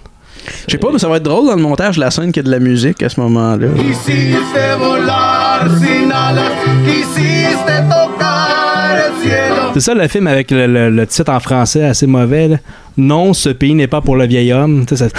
Je sais pas, mais ça va être drôle dans le montage la scène qu'il y a de la musique à ce moment-là. Quisiste volar sin alas, quisiste tocar el cielo. C'est ça le film avec le, le- le titre en français assez mauvais. là. Non, ce pays n'est pas pour le vieil homme. Tu sais, ça-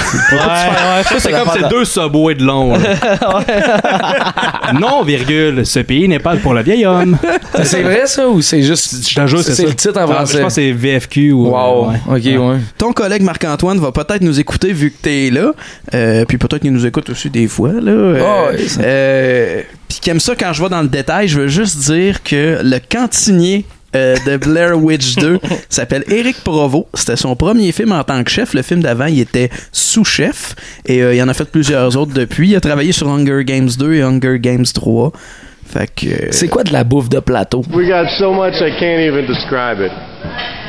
Ça, c'est comme ces deux subways de long. là. [LAUGHS] non, virgule, ce pays n'est pas pour le vieil homme. C'est vrai, ça, ou c'est juste. Je te jure, c'est C'est ça. le titre [LAUGHS] en Ah, français. Je pense que c'est VFQ ou. Wow. ouais. OK, ouais. Ton collègue Marc-Antoine va peut-être nous écouter vu que t'es là, euh, puis peut-être qu'il nous écoute aussi des fois. là. euh, Ah ouais, ça- euh, puis qu'il aime ça quand je vais dans le détail, je veux juste dire que le cantinier euh, de Blair Witch [LAUGHS] 2 s'appelle Eric Provo. C'était son premier film en tant que chef. Le film d'avant, il était sous-chef et euh, il en a fait plusieurs autres depuis. Il a travaillé sur Hunger Games 2 et Hunger Games 3. Fait que... euh, C'est quoi de la bouffe de plateau? We got so much I can't even describe it.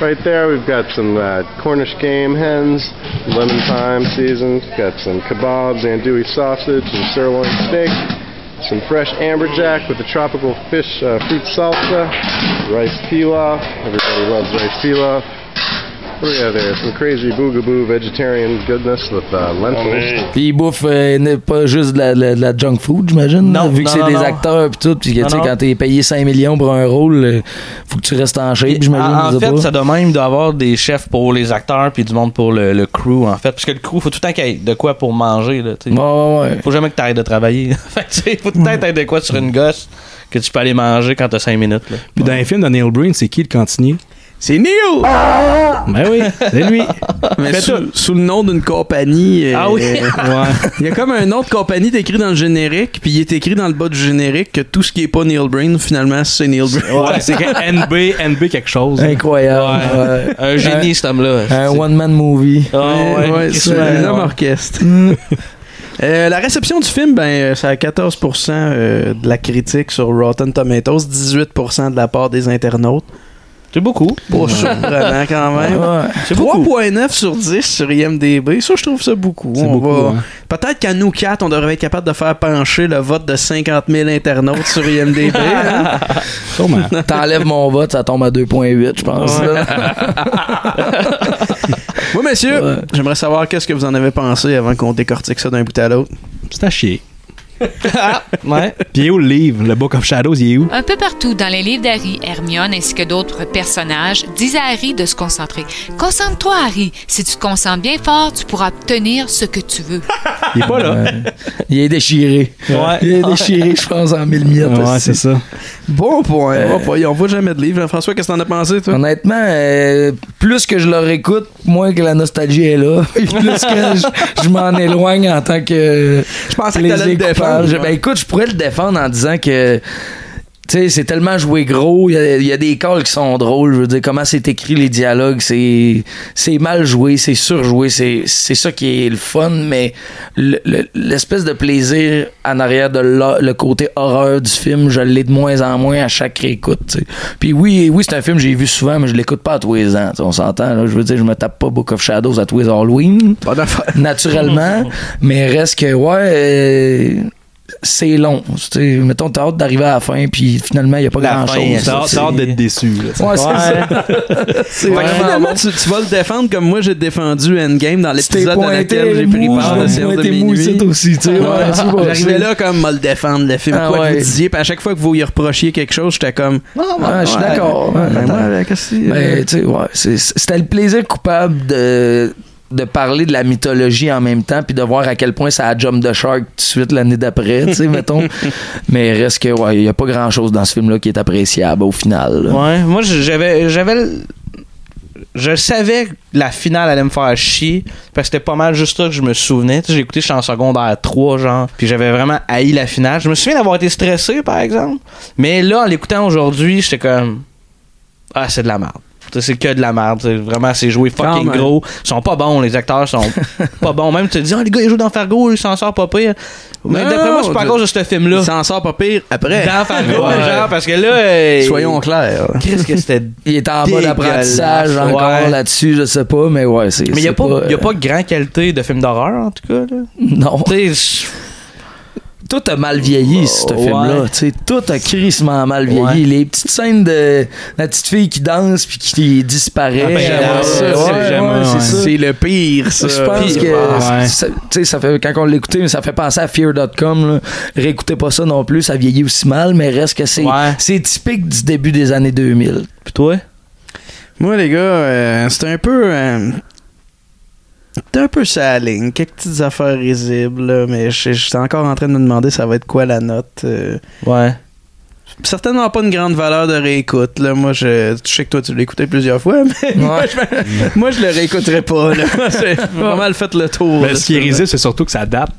Right there, we've got some uh, Cornish game hens, lemon thyme seasoned, got some kebabs, andouille sausage, and sirloin steak, some fresh amberjack with a tropical fish uh, fruit salsa, rice pilaf. Everybody loves rice pilaf. What do we have there? Some crazy boogaboo vegetarian goodness with uh, lentils. Puis ils bouffent euh, n'est pas juste de la, de la- de la junk food, j'imagine. là, Vu que non, c'est non, des non. acteurs puis tout. Puis que, Non, tu sais, non. quand t'es payé 5 millions pour un rôle, euh, faut que tu restes en shape, j'imagine. Ah, En, en je sais fait, pas. ça doit même d'avoir des chefs pour les acteurs puis du monde pour le, le crew, en fait. Parce que le crew, faut tout le temps qu'il y ait de quoi pour manger. Là, tu sais. Faut jamais que tu de travailler. [LAUGHS] fait que, tu sais, faut tout le temps être de quoi sur une gosse que tu peux aller manger quand t'as 5 minutes. Là. Puis dans les films de Neil Breen, c'est qui le cantinier? C'est Neo! Ben oui, c'est lui. Mais Fait sous, sous le nom d'une compagnie. euh, [LAUGHS] Ah oui? euh, Il y a comme un nom de compagnie décrit dans le générique, puis il est écrit dans le bas du générique que tout ce qui est pas Neil Brain, finalement, c'est Neil Brain. Ouais, c'est que NB, NB quelque chose. Incroyable. ouais. Un génie, cet homme-là. [LAUGHS] Un one-man movie. ouais, c'est un homme orchestre. Mm. [LAUGHS] Euh, la réception du film, ben, euh, c'est à 14% euh, de la critique sur Rotten Tomatoes, 18% de la part des internautes. C'est beaucoup. Pas surprenant quand même. Ouais. 3.9 sur 10 sur IMDB. Ça, je trouve ça beaucoup. C'est On beaucoup, va- hein. Peut-être qu'à nous quatre, on devrait être capable de faire pencher le vote de 50 000 internautes [LAUGHS] sur IMDB. hein. T'enlèves mon vote, ça tombe à 2.8, je pense. Ouais. là. Moi, messieurs, j'aimerais savoir qu'est-ce que vous en avez pensé avant qu'on décortique ça d'un bout à l'autre. C'est à chier. Ouais. Puis il est où le livre? Le Book of Shadows, il est où? Un peu partout dans les livres d'Harry, Hermione ainsi que d'autres personnages disent à Harry de se concentrer. Concentre-toi, Harry. Si tu te concentres bien fort, tu pourras obtenir ce que tu [LAUGHS] veux. Il est pas là. Il est déchiré. Ouais. Il est déchiré, je pense, en mille miettes. Ouais, aussi. c'est ça. Bon point. On voit pas- Oh, on voit jamais de livre. Jean-François, qu'est-ce que t'en as pensé, toi? Honnêtement, euh, plus que je leur écoute, moins que la nostalgie est là. [LAUGHS] Et plus que [LAUGHS] je, je m'en éloigne en tant que. Je pensais que t'allais le défendre. Ben écoute, je pourrais le défendre en disant que. Tu sais, c'est tellement joué gros. Il y a- il y, a des calls qui sont drôles. Je veux dire, comment c'est écrit les dialogues, c'est c'est mal joué, c'est surjoué. C'est c'est ça qui est le fun, mais le- le- l'espèce de plaisir en arrière de l'ho- le côté horreur du film, je l'ai de moins en moins à chaque réécoute. tu sais. Puis oui, oui, c'est un film que j'ai vu souvent, mais je l'écoute pas à tous les ans. tu sais, On s'entend. là. Je veux dire, je me tape pas Book of Shadows à tous [LAUGHS] les Halloween. Naturellement, mais reste que ouais. euh, c'est long. Tu sais, mettons, t'as hâte d'arriver à la fin, puis finalement, il n'y a pas La fin, grand-chose. T'as C'est- t'as hâte d'être déçu. là, tu sais. Ouais, c'est ça. [LAUGHS] C'est Ouais. vraiment Finalement, bon. tu, tu vas le défendre comme moi j'ai défendu Endgame dans l'épisode dans pointé, lequel j'ai pris mou, part je de vais séance me de pointer mou minuit. ici aussi, tu sais, ouais, c'est pas- J'arrivais c'est- là comme à le défendre le film. Ah quoi que ouais. vous disiez, puis à chaque fois que vous y reprochiez quelque chose, j'étais comme. Ah, Non, ouais, Ah, je suis ouais, d'accord. ouais, Ouais, Ben, mais attends. moi, qu'est-ce que c'est, Mais, euh, tu sais, ouais, c'est- c'était le plaisir coupable de, de parler de la mythologie en même temps, puis de voir à quel point ça a jump the shark tout de suite l'année d'après, tu [LAUGHS] sais, mettons. Mais reste que, ouais, il n'y a pas grand-chose dans ce film-là qui est appréciable au final. là. Ouais, moi j- j'avais j'avais l- je savais que la finale allait me faire chier parce que c'était pas mal juste ça que je me souvenais. Tu sais, j'ai écouté j'étais en secondaire 3 genre, puis j'avais vraiment haï la finale. Je me souviens d'avoir été stressé par exemple, mais là en l'écoutant aujourd'hui, j'étais comme ah, c'est de la merde. Tu sais, C'est que de la merde. tu sais. Vraiment, c'est joué fucking même. gros. Ils sont pas bons, les [LAUGHS] acteurs sont pas bons. Même tu te dis, Ah, les gars, ils jouent dans Fargo, ils s'en sortent pas pire. Mais Non, d'après moi, c'est pas à je- cause de ce film-là. Il s'en sort pas pire après. Dans Fargo, Ouais. genre, parce que là. euh, Soyons clairs. Qu'est-ce que c'était Il est en mode dégueulasse. apprentissage encore Ouais. là-dessus, je sais pas, mais ouais, c'est. Mais il n'y a, c'est pas, y euh, a pas de grande qualité de film d'horreur, en tout cas. Là. [LAUGHS] Non. Tu sais, Oh, Tout a mal vieilli, ce Ouais. film-là. Tu sais, Tout a crissement mal vieilli. Ouais. Les petites scènes de la petite fille qui danse puis qui disparaît. Ah, ben, Ouais, j'adore ça, ouais, c'est ouais, jamais, ouais. ça. C'est le pire, ça. Je pense Pire. que Ah, ouais. ça, tu sais, ça fait, quand on l'écoutait, ça fait penser à Fear.com. là. Réécoutez pas ça non plus, ça vieillit aussi mal, mais reste que c'est c'est typique du début des années 2000. Puis toi? Moi, les gars, euh, c'était un peu. euh, c'était un peu sa ligne. Quelques petites affaires risibles, là, mais je je suis encore en train de me demander ça va être quoi la note. euh. Ouais. Certainement pas une grande valeur de réécoute. Là. Moi, je, je sais que toi, tu l'as écouté plusieurs fois, [LAUGHS] mais moi, je, moi, je le réécouterai pas. [LAUGHS] là. Moi, J'ai pas mal fait le tour. Mais là, ce qui ça, est là. risible, Ben, c'est surtout que ça date.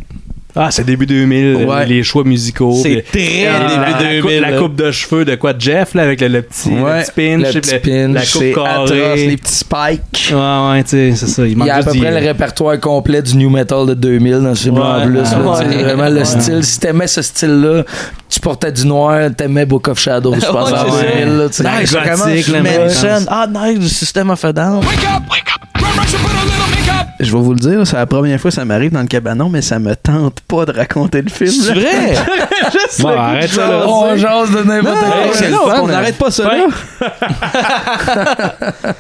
Ah, c'est début 2000, Ouais. les choix musicaux. C'est puis- très Ah, début la coupe- 2000, La là. coupe de cheveux de quoi de Jeff, là, avec le, le petit, Ouais. le petit pinch, Le petit pinch, la coupe c'est atroce, carrée. les petits spikes. Ouais, ouais, tu sais, c'est ça. Il Il manque y a à juste peu des- près le répertoire complet du New Metal de 2000 dans ce film-là en Ouais. plus. là. Ouais. Tu sais, Vraiment Ouais. le style. Si t'aimais ce style-là, tu portais du noir, t'aimais Book of Shadows, je pense. [LAUGHS] Ouais, en c'est ça. vinyle, là, tu sais. Nice, Ouais, vraiment, gothique, là, mais- Manson. Ah, nice, du système of a down. Je vais vous le dire, c'est la première fois que ça m'arrive dans le cabanon, mais ça me tente pas de raconter le film. C'est là. vrai? Juste Bon, le goût de arrête ça, jaser. là. On jase de Non, n'importe quoi. c'est là, hein. on n'arrête pas ça là.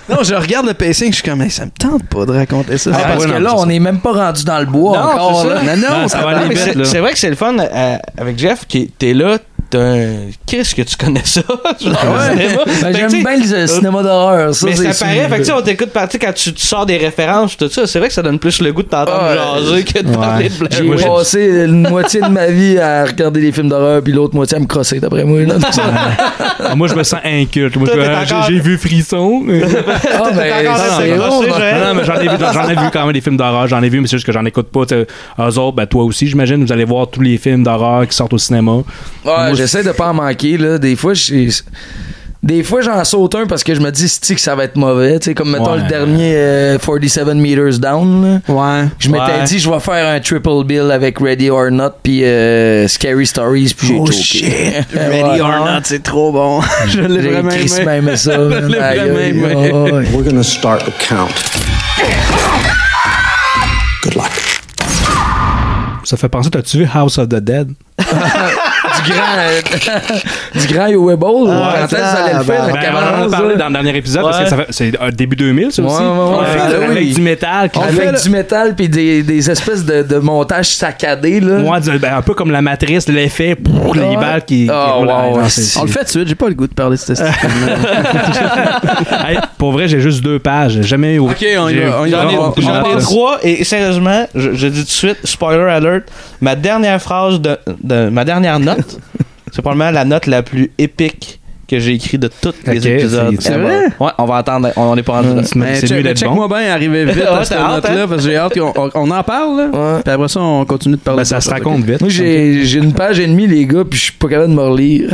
non, je regarde le pacing, je suis comme, Hey, ça me tente pas de raconter ça. Ah, C'est parce pas que grave, là, ça. on n'est même pas rendu dans le bois encore. c'est là. Ben, ça. va. mais c'est- C'est vrai que c'est le fun euh, avec Jeff, qui t'es là, t'as un- Qu'est-ce que tu connais ça? [LAUGHS] Genre, au cinéma. Ben, Fait que, tu J'aime sais, bien le euh, cinéma d'horreur. Ça, mais c'est ça paraît, sûr. fait que tu sais, on t'écoute parti quand tu, tu sors des références, tout ça. C'est vrai que ça donne plus le goût de t'entendre jaser que de parler de blagues. J'ai Moi, j'ai- passé une moitié de ma vie à regarder des films d'horreur, puis l'autre moitié à me crosser, d'après moi. là. Ah, moi, je me sens inculte. Moi, Toi, je- t'es j'ai- encore- j'ai vu Frisson. Ah, ben, Non, non, c'est non, bon, non, hein. non, mais j'en ai, vu- j'en ai vu quand même des films d'horreur, j'en ai vu, mais c'est juste que j'en écoute pas. t'sais. Eux autres, ben, toi aussi, j'imagine, vous allez voir tous les films d'horreur qui sortent au cinéma. Ouais, j'essaie de pas en manquer là. Des fois, j'ai- des fois j'en saute un parce que je me dis si que ça va être mauvais. Tu sais, comme mettons Ouais. le dernier euh, 47 meters down. là. Je m'étais Ouais. dit je vais faire un triple bill avec Ready or Not puis euh, Scary Stories puis j'ai Oh choqué. shit! Ouais. Ready or not, c'est trop bon. Je [LAUGHS] l'ai J'ai vraiment crissement aimé. aimé ça, Je man. l'ai Aïe, vraiment aïe, aimé. aïe, aïe. We're gonna start the count. Ça fait penser, t'as-tu vu House of the Dead? du grand euh, du grand Yowey Ball. quand est-ce que vous allez le faire? la Ben, on en a cabalance, parlé là? dans le dernier épisode parce que Ouais. ça fait- c'est euh, début 2000, ça Ouais, aussi. ouais, ouais. Ouais, On Ah fait ouais, avec oui. du métal. On fait du métal puis des, des espèces de, de montages saccadés là. Ouais, du- ben, un peu comme la matrice, l'effet, brrr, les Ouais. balles qui. qui Oh, roulent. wow, Ah, Non, ouais. c'est- On le fait tout de suite, j'ai pas le goût de parler de ce [LAUGHS] Hey, pour vrai, j'ai juste deux pages. J'ai jamais Ok, on y va, on y J'en va, ai, on va. j'en ai Ouais. trois et sérieusement, je, je dis tout de suite, spoiler alert, ma dernière phrase de, de- ma dernière note, c'est probablement la note la plus épique que j'ai écrite de tous les Ok, épisodes. c'est- c'est ever. vrai? Ouais, on va attendre, on n'est pas rendu là. Mais check- mais check-moi bien arriver [LAUGHS] vite Ouais, à cette t'as hâte, note-là, hein? parce que j'ai hâte qu'on on- on en parle, là. Puis après ça, on continue de ben, parler. Ben, ça se raconte vite. Moi, j'ai j'ai une page et demie, les gars, puis je suis pas capable de me relire.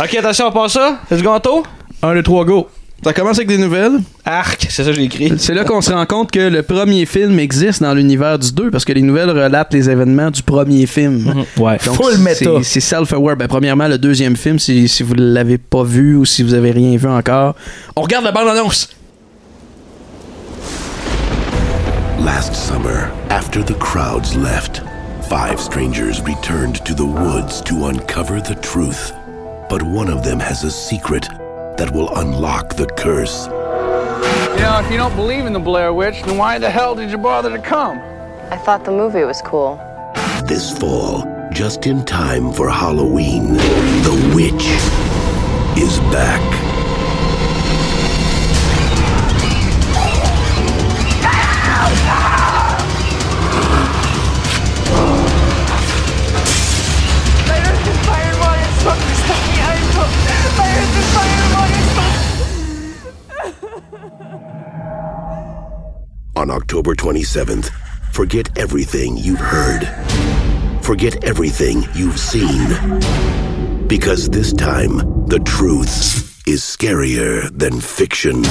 Ok, attention, on passe ça. Let's go, Anto. 1, 2, 3, go. Ça commence avec des nouvelles. Arc, c'est ça que j'ai écrit. C'est là qu'on se rend compte que le premier film existe dans l'univers du 2 parce que les nouvelles relatent les événements du premier film. Ouais. Donc, Full c'est- méta. C'est self-aware. Ben, premièrement, le deuxième film, si, si vous ne l'avez pas vu ou si vous avez rien vu encore, on regarde la bande-annonce. Last summer, after the crowds left, Five strangers returned to the woods to uncover the truth, but one of them has a secret that will unlock the curse. You know, if you don't believe in the Blair Witch, then why the hell did you bother to come? I thought the movie was cool. This fall, just in time for Halloween, the witch is back. My earth is fire and water, smoke is honey, I'm smoke. My earth is fire and water, On October 27th, forget everything you've heard. Forget everything you've seen. Because this time, the truth is scarier than fiction.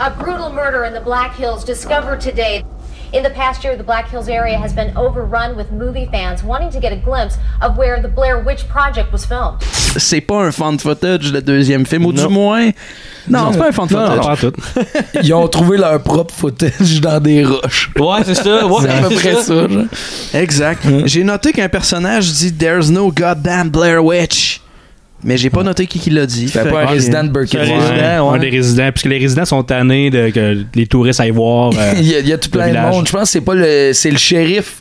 A brutal murder in the Black Hills discovered today. In the past year, the Black Hills area has been overrun with movie fans wanting to get a glimpse of where the Blair Witch Project was filmed. C'est pas un fan footage, le deuxième film, ou du moins. Non, c'est pas un fan Non, non, pas en footage. tout. Ils ont trouvé leur propre footage dans des roches. Ouais, c'est ça. Ouais, c'est à peu c'est près ça. ça. genre. Hein? Exact. J'ai noté qu'un personnage dit There's no goddamn Blair Witch. Mais j'ai pas noté qui, qui l'a dit. Fait pas un résident de Burkina. Ouais, résident, ouais. Un des résidents, puisque les résidents sont tannés de, que les touristes aillent voir. euh, [LAUGHS] il, y a, il y a tout le plein de village. monde. Je pense que c'est pas le, c'est le shérif.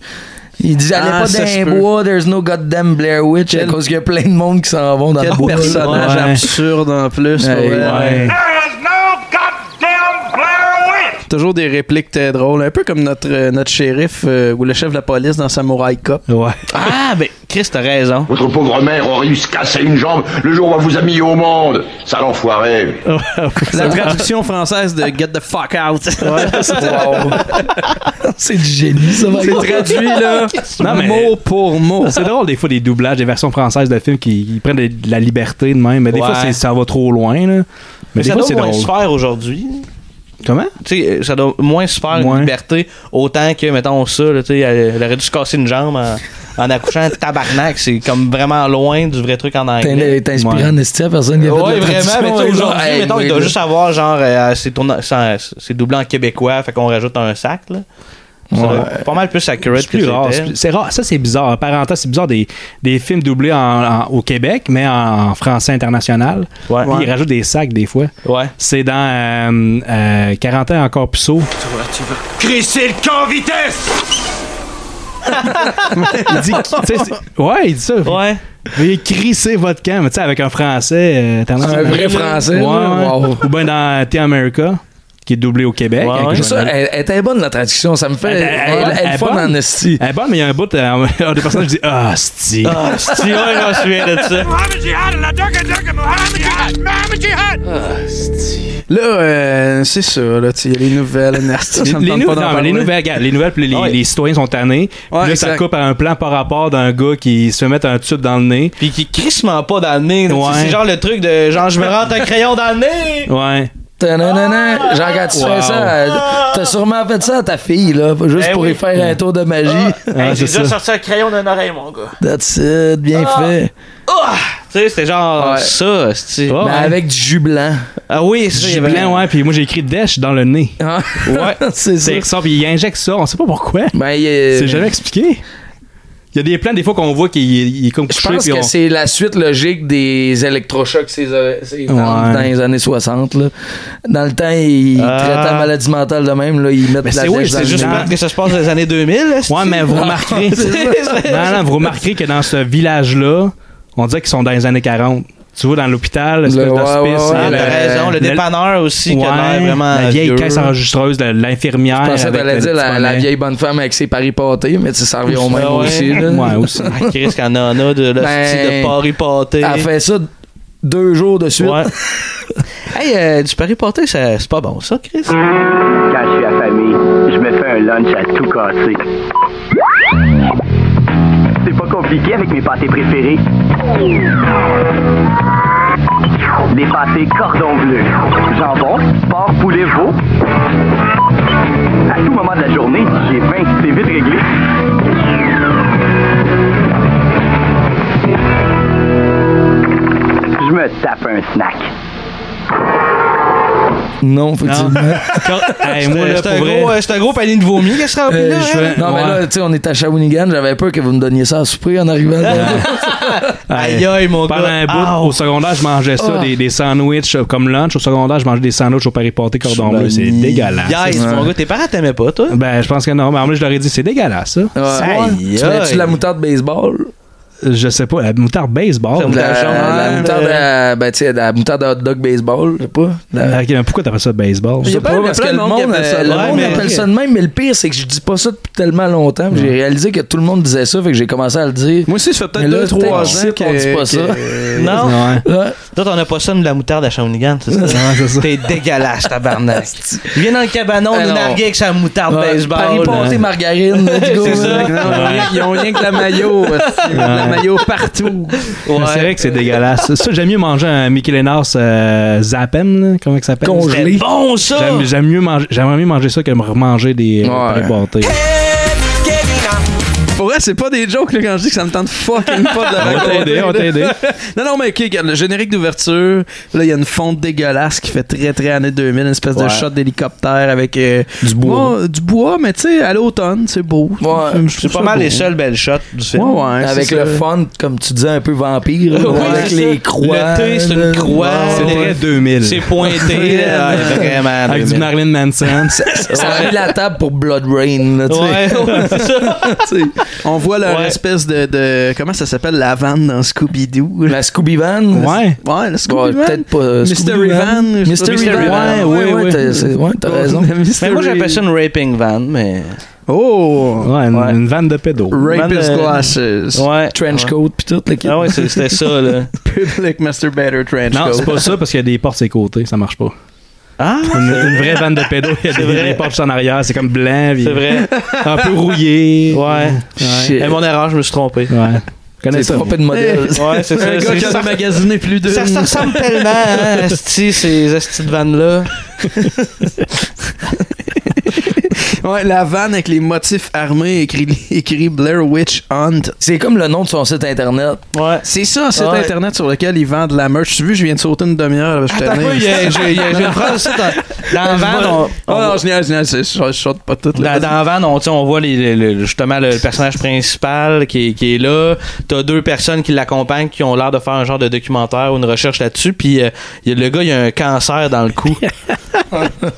Il dit allez Ah, pas ça dans se les peut. bois, there's no goddamn Blair Witch, à Quel- cause qu'il y a plein de monde qui s'en vont dans Quel le bois. personnage Ouais. absurde en plus. Ouais, pour vrai. ouais. Toujours des répliques très drôles. Un peu comme notre, euh, notre shérif euh, ou le chef de la police dans Samurai Cop. Ouais. Ah, ben, Chris, t'as raison. Votre pauvre mère aurait eu se casser une jambe le jour où on vous a mis au monde. Ça [LAUGHS] l'enfoiré. La traduction française de Get the fuck out. [LAUGHS] C'est du génie, ça, C'est traduit, là, mot pour mot. C'est drôle, des fois, des doublages, des versions françaises de films qui, qui prennent de, de la liberté de même. Mais des Ouais. fois, c'est- ça va trop loin. Là. Mais, Mais des ça fois, doit c'est moins drôle. se faire aujourd'hui. Comment? Tu sais, euh, ça doit moins se faire une liberté autant que, mettons, ça, là, tu sais, elle, elle aurait dû se casser une jambe en, en [LAUGHS] accouchant. Tabarnak, c'est comme vraiment loin du vrai truc en T'es- anglais. T'es inspirant de style, personne n'y a Ouais, fait de vraiment, traduction, mais tu sais, ouais, aujourd'hui, genre, hey, mettons, oui, il doit là. juste avoir genre, euh, c'est tourna- c'est- c'est doublé en québécois, fait qu'on rajoute un sac, là. Ça Ouais. doit être Pas mal plus accurate C'est plus que rare. c'était. C'est- C'est rare. Ça, c'est bizarre. Parenthèse, c'est bizarre des, des films doublés en- en- au Québec, mais en, en français international. Ouais. Puis Ouais. ils rajoutent des sacs des fois. Ouais. C'est dans euh, euh, 40 ans encore plus saut. Crissez le camp en vitesse il dit, tu sais, c'est- ouais, il dit ça. Ouais. Veuillez crisser votre camp, mais tu sais, avec un français. euh, international. Un vrai français, Ouais, là, ouais. Ou bien dans T America, qui est doublé au Québec. hein, Ouais, avec ouais. Joanna Ça, elle, elle était bonne la traduction, ça me fait. Elle, elle, elle est fun en esti. Elle est bonne, mais il y a un bout, euh, un des personnages dit Ah, esti. Ah, esti, ouais, je me souviens de ça. Là, euh, c'est ça. Là, tu sais, il y a les nouvelles. nasty, ça me Les, tente pas nou- d'en non, mais les parler. nouvelles, regarde, les nouvelles, puis les, les citoyens sont tannés. Puis là, ça exact. coupe à un plan par rapport d'un gars qui se met un tube dans le nez. Puis qui crissement pas dans le nez. Ouais. C'est genre le truc de genre, je me rentre un crayon dans le nez. Ouais. Ta-na-na-na. Genre, quand tu fais Wow. ça, euh, t'as sûrement fait ça à ta fille, là, juste Eh pour oui. y faire un tour de magie. Hey, J'ai déjà sorti un crayon d'un oreille, mon gars. That's it, bien Ah. fait. Tu sais, c'était genre Ouais. ça, c'est Mais Ben avec du jus blanc. Ah oui, Du jus blanc, ouais, puis moi j'ai écrit Dash dans le nez. Ouais, [LAUGHS] c'est ça. C'est ça, puis il injecte ça, on sait pas pourquoi. Ben, C'est jamais expliqué. Il y a des plans des fois qu'on voit qu'il il est comme Je couché. pense puis que on- c'est la suite logique des électrochocs ces- euh, ces- dans, Ouais. dans les années 60. Là. Dans le temps, ils Ah. traitent la maladie mentale de même. Là, ils mettent Mais de la c'est oui, dèche dans c'est le juste nez. parce que ça se passe dans les années 2000. [LAUGHS] Ouais, mais [LAUGHS] Ah, vous remarquerez. non, non, vous remarquerez que dans ce village-là, on dirait qu'ils sont dans les années 40. Tu vois, dans l'hôpital, l'espèce Le- ouais, d'hospice. ouais, ouais, il y a t'as raison, le dépanneur aussi, qui a l'air vraiment La vieille vieux. caisse enregistreuse de l'infirmière. Je pensais que avec t'allais le dire la, petit la bonnet. vieille bonne femme avec ses paris pâtés, mais tu sais, ça revient au même Ah ouais. aussi. Là. Ouais, aussi. Ah, Chris, qu'il y en a, en a de la Ben, style de Paris pâté. Elle fait ça deux jours de suite. Ouais. [LAUGHS] hey, euh, du Paris pâté, ça- c'est pas bon, ça, Chris? Quand je suis affamé, je me fais un lunch à tout casser. C'est pas compliqué avec mes pâtés préférés. Des pâtés cordon bleu, jambon, porc, poulet, veau. À tout moment de la journée, j'ai faim, c'est vite réglé. Je me tape Non, effectivement. Hey, moi, là, pour vrai- c'est un gros panier de vomi qui se remplit, Euh, là, je fais- hein? Non, mais Ouais. là, tu sais, on est à Shawinigan. J'avais peur que vous me donniez ça à souper en arrivant. Aïe, aïe, mon Pendant gars. un bout, Ah, au secondaire, je mangeais ça, Ah. des, des sandwichs euh, comme lunch. Au secondaire, je mangeais des sandwichs au Paris Porté cordon bleu. C'est dégueulasse. Yes, mon gars, tes parents t'aimaient pas, toi? Ben, je pense que non. Mais en vrai, je leur ai dit, c'est dégueulasse, ça. Ouais. Tu mets-tu de la moutarde baseball? Je sais pas, la moutarde baseball. De la, la Euh, moutarde à, ben, tu sais, de la moutarde à hot dog baseball, je sais pas. De la- Ok, mais pourquoi t'appelles ça baseball? Je sais pas, parce que le monde, euh, le monde appelle ça de même, mais le pire, c'est que je dis pas ça depuis tellement longtemps. puis J'ai réalisé que tout le monde disait ça, fait que j'ai commencé à le dire. Moi aussi, ça fait Mais là, peut-être 2-3 ans peut-être ici, que- on dit pas que- ça. Non? Ouais. Toi, t'en as pas ça, de la moutarde à Shawinigan, c'est ça? T'es dégueulasse, [LAUGHS] tabarnak. Viens dans le Ben cabanon, nous Alors. narguer avec sa moutarde Ouais, baseball. Paris Ponté, margarine, let's go. C'est ça. Ils ont rien que la [LAUGHS] maillot. aussi. La maillot partout. Mais C'est vrai que c'est dégueulasse. Ça, j'aime mieux manger un Mickey Lénars euh, Zappen, là, comment ça s'appelle? Congelé. C'est bon, ça! J'aime- J'aime mieux, manger- j'aimerais mieux manger ça que me remanger des euh, Paris Porté. Pour vrai, c'est pas des jokes là, quand je dis que ça me tente fucking pas de la On va raconter, t'aider, on là. va t'aider. non, non, mais ok, regarde, le générique d'ouverture, là, il y a une fonte dégueulasse qui fait très, très année 2000, une espèce de Ouais. shot d'hélicoptère avec. euh, Du bois. ouais, du bois, mais tu sais, à l'automne, c'est beau. Je trouve C'est ça pas mal beau. les seuls belles shots du film. Ouais, ouais, Avec c'est le ça. fun, comme tu disais, un peu vampire, là, Ouais, avec c'est les ça. croix. Le thé, c'est une là. croix. C'est Ouais. très 2000. C'est pointé, là, ouais, vraiment, Avec du 2000. Marilyn Manson. Ça, Ça a mis la table pour Blood Rain. Là, tu sais. Ouais, c'est ça. [LAUGHS] Tu sais, On voit leur Ouais. espèce de, de- Comment ça s'appelle la vanne dans Scooby-Doo La Scooby Van. Ouais. Ouais, la Ouais, Scooby Van. peut-être pas, euh, Mystery Scooby Van. Van. je sais pas, Mystery Van. Ouais, ouais, t'as- c'est- ouais, t'as [LAUGHS] raison. Mais moi, j'appelle ça une raping van, mais. Oh! Ouais, une, une vanne de pédo. Rapist Van, euh, glasses. Ouais. Trench Ouais. coat, pis tout. Le kit. Ah ouais, c'est- c'était ça, là. Public masturbator trench Non, coat. c'est pas ça parce qu'il y a des portes sur les côtés, ça marche pas. Ah! Une, une vraie vanne de pédo, il y a C'est des, vrai. des portes en arrière, c'est comme blanc. puis C'est vrai. Un peu rouillé. Ouais. Shit. Mais mon erreur, je me suis trompé. Ouais. Connais C'est ça. trompé de modèle. Ouais, c'est ça. Un gars c'est- qui en a ça- magasiné plus de. Ça se ressemble tellement, hein, asti, ces asti de vannes-là. Ouais, la vanne avec les motifs armés écrit, [LAUGHS] écrit Blair Witch Hunt. C'est comme le nom de son site internet. Ouais. C'est ça, un site Ouais. internet sur lequel ils vendent de la merch. Tu as vu, je viens de sauter une demi-heure. là, Je Attends, tenais. il y a- j'ai il y a- j'ai une phrase ça, dans, dans la vanne, on- Oh on- non, je niaise, je niaise, je- je je saute pas tout. là. Dans, dans Van, on, tu sais, on voit les- le- le- justement le, le personnage principal qui est, qui est là. T'as deux personnes qui l'accompagnent qui ont l'air de faire un genre de documentaire ou une recherche là-dessus. Puis euh, il y a- le gars, il a un cancer dans le [LAUGHS] cou. Là,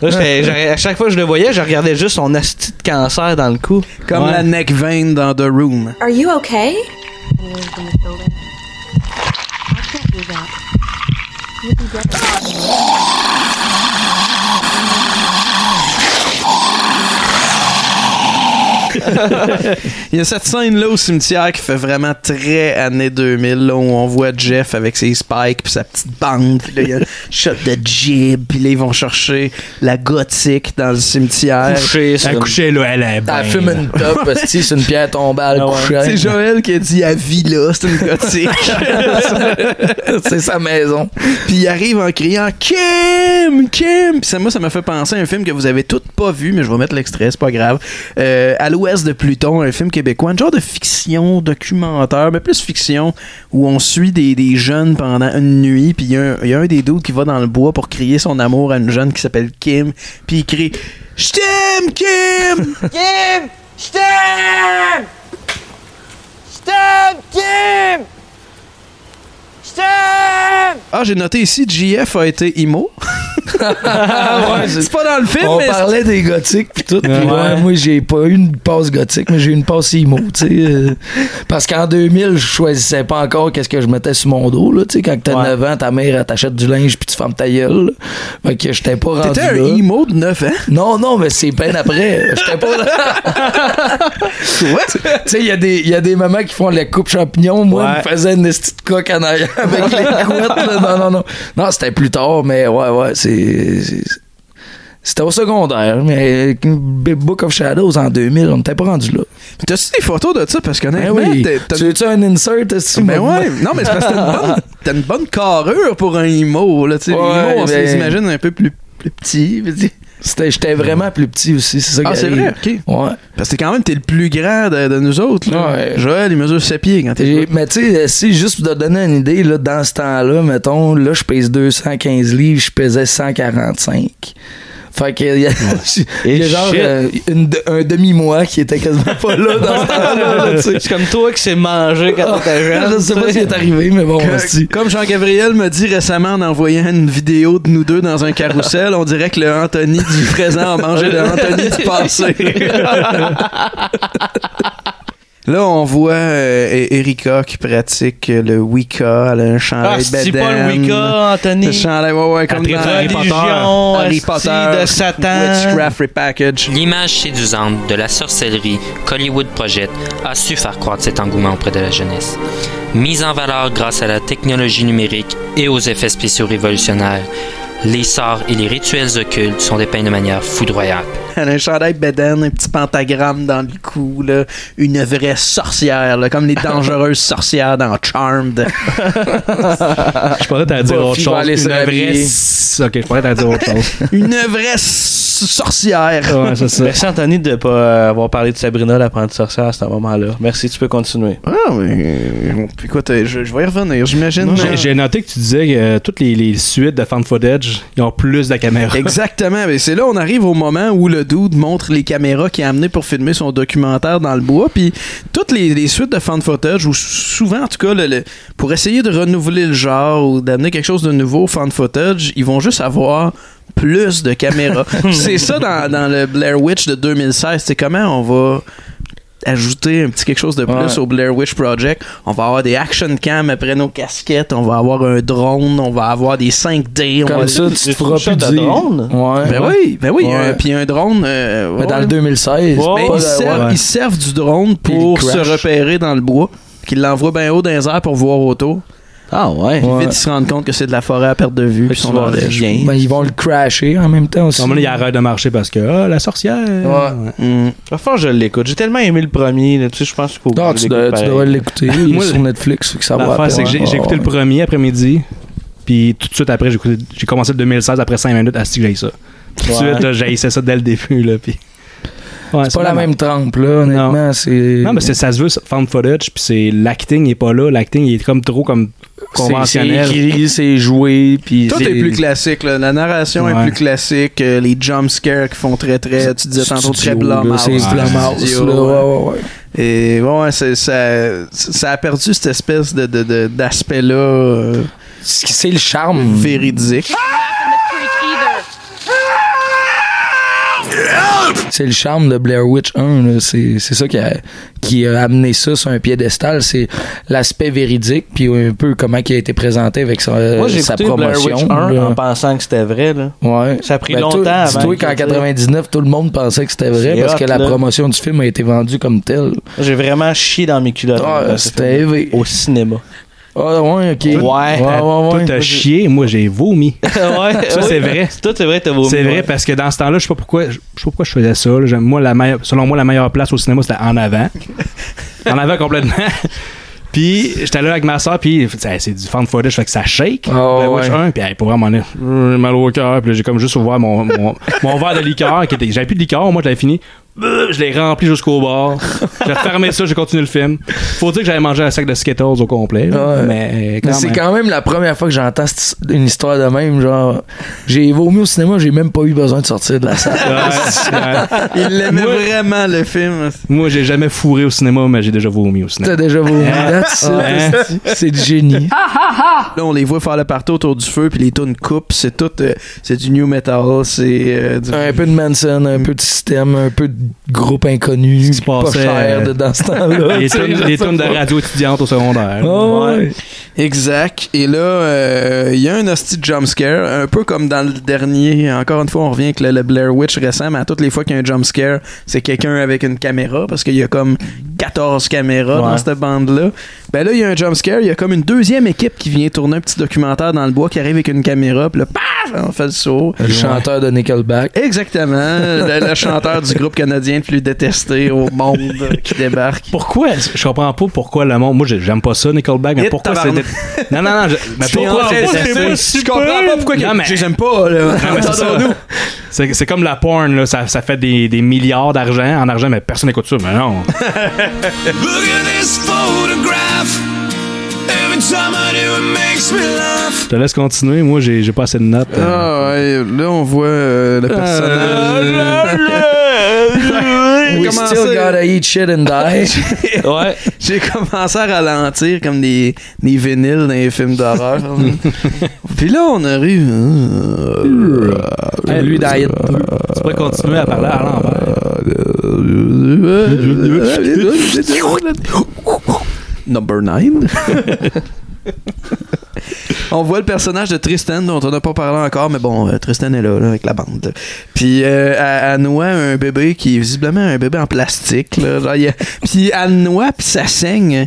j'étais- j'aurais- à chaque fois que je le voyais, je regardais juste son asti de cancer dans le cou. Comme Ouais. la neck vein dans The Room. Are you okay? [LAUGHS] Il y a cette scène-là au cimetière qui fait vraiment très années 2000, là, où on voit Jeff avec ses spikes puis sa petite bande. Puis là, il y a un shot de jib. Puis là, ils vont chercher la gothique dans le cimetière. Couché sur Elle une- couchait là, elle est Elle bien, fume là. Ah une top, hostie, c'est une pierre tombale couchée. C'est Joël qui a dit à Villa, c'est une gothique. [LAUGHS] c'est sa maison. Puis il arrive en criant Kim, Kim. Puis ça, moi, ça m'a fait penser à un film que vous avez toutes pas vu, mais je vais mettre l'extrait, c'est pas grave. Euh, à l'ouest de Pluton, un film québécois, un genre de fiction, documentaire, mais plus fiction, où on suit des, des jeunes pendant une nuit. Puis il y, a un- il y a un des deux qui va dans le bois pour crier son amour à une jeune qui s'appelle Kim. Puis il crie Je t'aime, Kim! Kim! Je t'aime! Je t'aime, Kim! Je t'aime! Ah, j'ai noté ici, JF a été IMO. c'est pas dans le film, On mais. parlait des gothiques pis tout. puis Ouais. ouais, moi, j'ai pas eu une passe gothique, mais j'ai eu une passe IMO, tu sais. euh, parce qu'en 2000, je choisissais pas encore qu'est-ce que je mettais sur mon dos, là, tu sais. Quand t'as 9 ans, ta mère, elle t'achète du linge puis tu fermes ta gueule. là. Fait que j'étais pas rendu T'étais un là. IMO de 9 ans. Non, non, mais c'est peine après. J'étais pas Tu [LAUGHS] sais, il y, a des- il y a des mamans qui font la coupe champignon. Moi, Ouais. elle me faisait une petite coque en arrière avec [LAUGHS] les couettes. là. Non, non, non. Non, c'était plus tard, mais ouais, ouais, c'est. c'est- C'était au secondaire, mais euh, Big Book of Shadows en 2000, on n'était pas rendu là. T'as-tu des photos de ça? Parce Ben qu'honnêtement, oui. t'es- t'as- Tu veux-tu un insert? est-ce que Mais tu m'as- ouais, non, mais c'est parce que [LAUGHS] t'as une bonne, t'as une bonne carrure pour un IMO. Là, tu sais, Ouais, l'IMO, on ben- s'imagine un peu plus, plus petit. puis tu- C'était- J'étais vraiment plus petit aussi, c'est ça Ah, qui c'est arrive. vrai, ok. Ouais. Parce que quand même, t'es le plus grand de, de nous autres. Là. Joël, il mesure 7 pieds quand t'es. Mais tu sais, si juste pour te donner une idée, là, dans ce temps-là, mettons, là, je pèse 215 livres, je pesais 145. Fait que [LAUGHS] il y a, il y a genre shit. euh, une de- un demi-mois qui était quasiment pas là dans ce temps-là. [LAUGHS] là, tu sais. C'est comme toi qui s'est mangé quand t'étais jeune. [LAUGHS] Je sais pas ce qui est arrivé, mais bon, Que- hostie. Euh, comme Jean-Gabriel me dit récemment en envoyant une vidéo de nous deux dans un carrousel, on dirait que le Anthony du présent a mangé le Anthony du [LAUGHS] passé. Là, on voit euh, Erika qui pratique euh, le Wicca. Elle a un Ah, chandail c'est badane. pas le Wicca, Anthony. Le chandail, ouais, ouais, comme Après dans Harry Potter. Harry Asti Potter, de Satan. Witchcraft Repackage. L'image séduisante de la sorcellerie qu'Hollywood projette a su faire croître cet engouement auprès de la jeunesse. Mise en valeur grâce à la technologie numérique et aux effets spéciaux révolutionnaires, les sorts et les rituels occultes sont dépeints de manière foudroyante. Elle a un chandail bédaine, un petit pentagramme dans le cou, là. une vraie sorcière, là, [LAUGHS] comme les dangereuses sorcières dans Charmed. Je pensais t'as dire autre Buffy va chose. aller Une se vraie... rhabiller. s- Ok, je pensais t'as dire [LAUGHS] autre chose. une vraie s- sorcière. Ouais, c'est ça. Merci Anthony de pas euh, avoir parlé de Sabrina, l'apprenti sorcière à ce moment-là. Merci, tu peux continuer. Ah, mais écoute, je, je vais y revenir, j'imagine. J'ai- J'ai noté que tu disais que euh, toutes les, les suites de fan footage, ils ont plus de caméras. Exactement. Mais c'est là on arrive au moment où le dude montre les caméras qu'il a amenées pour filmer son documentaire dans le bois. Puis toutes les, les suites de fan footage, ou souvent en tout cas, le- le- pour essayer de renouveler le genre ou d'amener quelque chose de nouveau au fan footage, ils vont juste avoir plus [LAUGHS] de caméras. c'est ça dans, dans le Blair Witch de 2016. C'est comment on va ajouter un petit quelque chose de plus Ouais. au Blair Witch Project. On va avoir des action cam après nos casquettes, on va avoir un drone, on va avoir des 5D. on Comme va- ça, tu te feras plus dire. Ouais. ben oui, ben oui. Ouais. euh, puis un drone. euh, Mais dans ouais. le 2016, Ben, pas ils, de- servent, ouais. ils servent du drone pour Puis il se crash. repérer dans le bois. Qu'ils l'envoient bien haut dans les airs pour voir autour. Ah ouais. Puis vite, ils se rendent compte que c'est de la forêt à perte de vue. Puis ils sont dans le chien. Ben, ils vont le crasher en même temps aussi. Non, mais là, ils arrêtent de marcher parce que, ah, la sorcière. Ouais. La fois, je l'écoute. J'ai tellement aimé le premier. là, tu sais, je pense qu'il faut Non, que je Ah, tu, l'écoute dois- tu pareil. devrais l'écouter. Il Moi, est sur Netflix, faut que ça va. hein. L'affaire, c'est que j'ai j'ai écouté le premier après-midi, puis tout de suite après, j'ai écouté- j'ai commencé le 2016 après 5 minutes, à ce que j'aille ça. Tout de Ouais. suite, là, j'haïssais ça dès le début, là, puis. Ouais, C'est pas la vraiment- même trempe, là, honnêtement. C'est. Non, mais c'est- ça se veut, ça, found footage, puis c'est l'acting n'est pas là. L'acting il est comme trop comme conventionnel. C'est écrit, c'est joué, puis. Tout c'est- est plus classique. là. La narration est Ouais. plus classique. euh, les jump scares qui font très, très. Tu disais tantôt très Studio, là, blumhouse. C'est Blumhouse, Studio, là, ouais. ouais, ouais, ouais. Et bon, ouais, c'est- ça, ça a perdu cette espèce de, de- de- d'aspect-là. euh, C'est le charme. Véridique. C'est le charme de Blair Witch 1. là. C'est c'est ça qui a, qui a amené ça sur un piédestal. C'est l'aspect véridique, puis un peu comment il a été présenté avec sa, Moi, j'ai Euh, sa écouté Blair promotion. Witch 1 là. en pensant que c'était vrai. Là. Ouais. Ça a pris Ben, longtemps toi, avant. Dis-toi que- qu'en 99, tout le monde pensait que c'était vrai C'est parce hot, que la là. promotion du film a été vendue comme telle. J'ai vraiment chié dans mes culottes. Ah, dans ce c'était film. élevé. Au cinéma. Ah, ouais, ok. Ouais. ouais, ouais. Toi, t'as chié, moi, j'ai vomi. ouais, Ça, c'est ouais. vrai. Toi, c'est vrai, t'as vomi. C'est ouais. vrai parce que dans ce temps-là, je sais pas pourquoi, je je sais pas pourquoi je faisais ça. là. J'aime- Moi, la meilleure- selon moi, la meilleure place au cinéma, c'était en avant. en avant complètement. [LAUGHS] puis j'étais là avec ma soeur, puis c'est c'est du fan footage, fait que ça shake. Ah, Blair ouais. Witch 1, puis hey, pour vraiment, là, j'ai mal au cœur, puis là, j'ai comme juste ouvert mon, mon, mon verre de liqueur, qui était, j'avais plus de liqueur, moi, je l'avais fini. Je l'ai rempli jusqu'au bord. J'ai fermé ça, j'ai continué le film. Faut dire que j'avais mangé un sac de Skittles au complet. là, Ouais. Mais, Mais quand c'est même. quand même la première fois que j'entends cette- une histoire de même. Genre, j'ai vomi au cinéma, j'ai même pas eu besoin de sortir de la salle. Ouais, ouais. Il l'aimait vraiment, le film. Moi, j'ai jamais fourré au cinéma, mais j'ai déjà vomi au cinéma. T'as déjà vomi. Hein? That's it. Hein? C'est du génie. Là, on les voit faire le partout autour du feu, puis les tunes coupent. C'est tout. euh, c'est du new metal, c'est euh, du. Un peu de Manson, un peu de système, un peu de groupe inconnu, pas passait, cher euh, de- dans ce temps-là. Les tu sais, tunes je les sais tunes de pas. radio étudiante au secondaire. Ah ouais. Exact. Et là, euh, il y a un hostie de jumpscare, un peu comme dans le dernier. Encore une fois, on revient avec le, le Blair Witch récent, mais à toutes les fois qu'il y a un jumpscare, c'est quelqu'un avec une caméra, parce qu'il y a comme 14 caméras dans Ouais. cette bande-là. Ben là, il y a un jumpscare, il y a comme une deuxième équipe qui vient tourner un petit documentaire dans le bois qui arrive avec une caméra, puis là, paf, on fait le saut. Le chanteur de Nickelback. Exactement, le, le chanteur du groupe canadien le plus détesté au monde qui débarque. Pourquoi Je comprends pas pourquoi le monde. Moi, j'ai- j'aime pas ça, Nickelback, mais Et pourquoi c'est. tabarnak. dé- Non, non, non. je- Mais Je pourquoi comprends c'est pas, détesté? c'est pas super. Je comprends pas pourquoi que- je les aime pas, là. Non, mais c'est ça. Entendons-nous. C'est c'est comme la porn, là. Ça, ça fait des, des milliards d'argent en argent, mais personne n'écoute ça. Mais [LAUGHS] non. Look at this photograph. Every time I do, it makes me laugh. Je te laisse continuer. Moi, j'ai j'ai pas assez de notes. Ah, ouais, là, on voit euh, le [LAUGHS] personnage. J'ai We commencé- still gotta eat shit and die. ouais. J'ai commencé à ralentir comme des, des vinyles dans les films d'horreur. Puis là, on arrive. hein. Hey, lui, dans Hit deux. Tu pourrais continuer à parler à Euh, Number 9. [LAUGHS] on voit le personnage de Tristan dont on n'a pas parlé encore, mais bon, euh, Tristan est là, là, avec la bande. Puis euh, elle, elle noie un bébé qui est visiblement un bébé en plastique. Là, Genre, il y a- puis elle noie, puis ça saigne. Euh,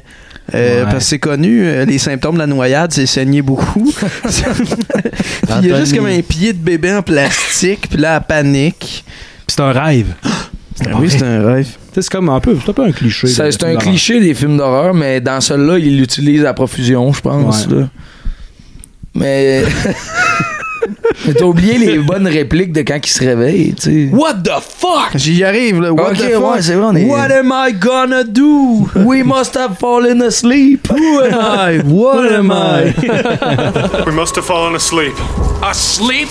Ouais. Parce que c'est connu, euh, les symptômes de la noyade, c'est saigner beaucoup. Puis il y a juste Anthony. comme un pied de bébé en plastique, puis là, elle panique. C'est un rêve. oui, c'est un rêve. C'est comme un peu, c'est un peu un cliché. là, Ça, C'est des un films cliché des films d'horreur, mais dans celui-là, il l'utilise à profusion, je pense. Ouais. là. [LAUGHS] Mais. mais t'as oublié les bonnes répliques de quand il se réveille, tu sais. What the fuck? J'y arrive, là. What Ok, the fuck? ouais, c'est vrai, on est- What am I gonna do? We must have fallen asleep. Who am I? What am I? we must have fallen asleep. Asleep?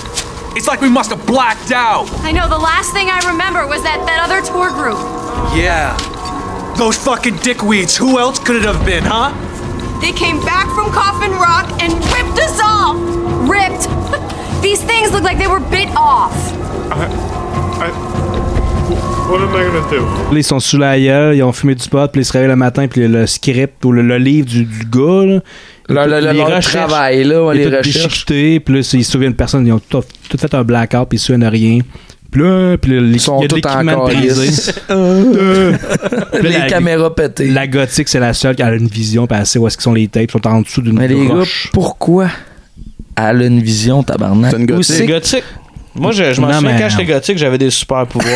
It's like we must have blacked out. I know the last thing I remember was that that other tour group. Yeah. Those fucking dickweeds. Who else could it have been, huh? They came back from Coffin Rock and ripped us off. Ripped. [LAUGHS] These things look like they were bit off. What am I gonna do? Là, ils sont sous la gueule, ils ont fumé du pot, puis ils se réveillent le matin, puis [LAUGHS] le, le script ou le, le livre du, du gars, là, Le- le- les le- leur recherches, travail, là, ouais, il est les tout recherches. déchiqueté, puis là, ils se souviennent de personne, ils ont tout, tout fait un blackout, puis ils se souviennent de rien. Puis là, puis là, l'équi- il y a de tous en l'équipement de calice. [LAUGHS] brisé. Euh. Puis les la- caméras pétées. La gothique, c'est la seule qui a une vision, puis elle sait où est-ce qu'ils sont les tapes, ils sont en dessous d'une Mais les gars, roche. pourquoi elle a une vision, tabarnak? C'est une Où gothique. c'est- gothique. Moi, je, je m'en Non, souviens mais- quand j'étais gothique, j'avais des [LAUGHS] super pouvoirs.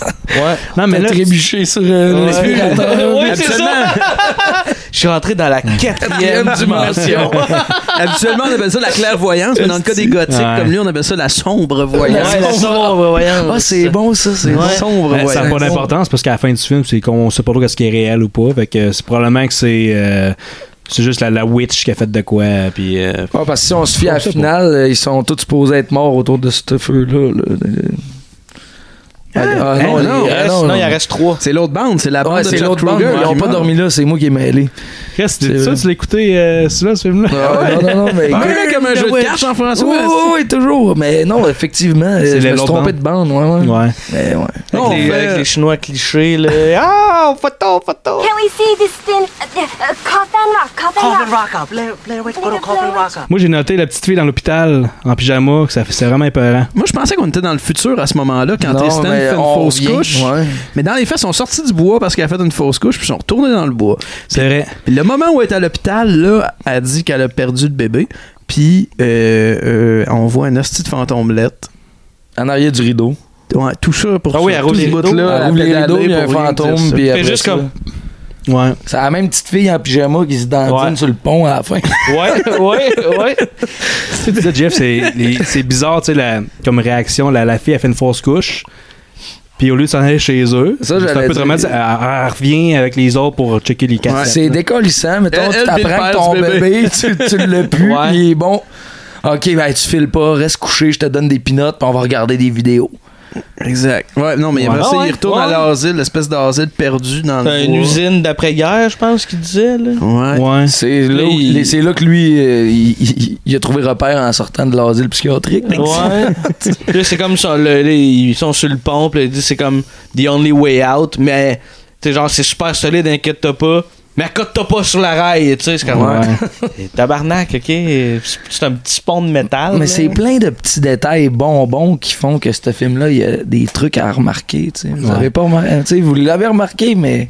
ouais. Non, mais T'as là, trébuché sur euh, Ouais. l'aspirateur. Ouais, c'est ça. [LAUGHS] Je suis rentré dans la quatrième dimension. [LAUGHS] Habituellement, on appelle ça la clairvoyance, mais dans le cas des gothiques, Ouais. comme lui, on appelle ça la sombre voyance. Ouais, la sombre voyance. Ah, c'est bon, ça, c'est Ouais. sombre Ben, ça n'a pas voyance. d'importance parce qu'à la fin du film, c'est qu'on sait pas trop ce qui est réel ou pas. Fait que c'est probablement que c'est euh, c'est juste la, la witch qui a fait de quoi. Puis euh, Ouais, Ah, parce que si on se fie à la Je sais pas. finale, euh, ils sont tous supposés être morts autour de ce feu-là. là. Ah, ah, Hein, les- non, ah, reste- non, il en reste trois. C'est l'autre bande, c'est la bande Ouais, de c'est Chuck l'autre bande. Kruger. Ils qui n'ont pas meurt. dormi là, c'est moi qui ai mêlé. Qu'est-ce que C'est c'est ça? vrai. Tu l'as écouté euh, celui-là, ce film-là? Ah, ouais, non, non, non, mais. Ah, ouais, comme un jeu de cartes, Jean-François. Oui, oui, oui, toujours. Mais non, effectivement, euh, C'est je me l'autre suis trompé de bande. Ouais, ouais. Ouais. Mais ouais. Avec, Non, on les, fait- avec les Chinois clichés, là. [LAUGHS] Ah, photo, photo. Can we see this thin uh, uh, coffin rock? Coffin rock. Rock, Blair, Blair Witch, go to Coffin Rock. Moi, j'ai noté la petite fille dans l'hôpital en pyjama, que ça fait- c'est vraiment épeurant. Moi, je pensais qu'on était dans le futur à ce moment-là, quand Non, Tristan mais fait une on fausse revient, couche. ouais. Mais dans les faits, ils sont sortis du bois parce qu'elle a fait une fausse couche, puis ils sont retournés dans le bois. C'est vrai. Puis le moment où elle est à l'hôpital, là, elle dit qu'elle a perdu le bébé. Puis euh, euh, on voit un hostie de fantômelette. En arrière du rideau. Ouais, tout ça pour [LAUGHS] Ah oui, ça, elle tous roule ces les rideaux. bouts-là, Elle ouvre les pédalait rideaux, il y a un pour rien dire fantôme. ça. Puis après juste ça, comme- Ouais. C'est la même petite fille en pyjama qui se dandine Ouais. sur le pont à la fin. [LAUGHS] Ouais, ouais, ouais. Tu sais, Jeff, c'est les- c'est bizarre, tu sais, la- comme réaction. La, la fille, elle fait une fausse couche. Puis au lieu de s'en aller chez eux, Ça, c'est un j'allais peu dire. dramatique. Elle, elle revient avec les autres pour checker les cassettes. C'est décollissant, mettons, Elle- elle tu t'apprends pile que ton pèse bébé, bébé. tu, tu l'as pu, Ouais. il est bon. Ok, ben tu files pas, reste couché, je te donne des pinottes, puis on va regarder des vidéos. Exact. Ouais, non, mais Ouais. après ça, Ah ouais, il retourne à ouais. l'asile, l'espèce d'asile perdu dans le T'as une bois. usine d'après-guerre, je pense qu'il disait, là. Ouais. Ouais. C'est là, où- il- les- c'est là que lui, euh, il, il- il a trouvé repère en sortant de l'asile psychiatrique. Ouais. là, c'est comme ça. le- là, ils sont sur le pont, puis là, ils disent c'est comme The Only Way Out, mais tu sais, genre, c'est super solide, inquiète-toi pas. Mais accote-toi pas sur la rail, tu sais, c'est comme. [LAUGHS] Eh, Tabarnak, ok? C'est c'est un petit pont de métal. Mais là. c'est plein de petits détails bonbons qui font que ce film-là, il y a des trucs à remarquer. tu sais. Vous Ouais. avez pas remar- euh, tu sais, vous l'avez remarqué, mais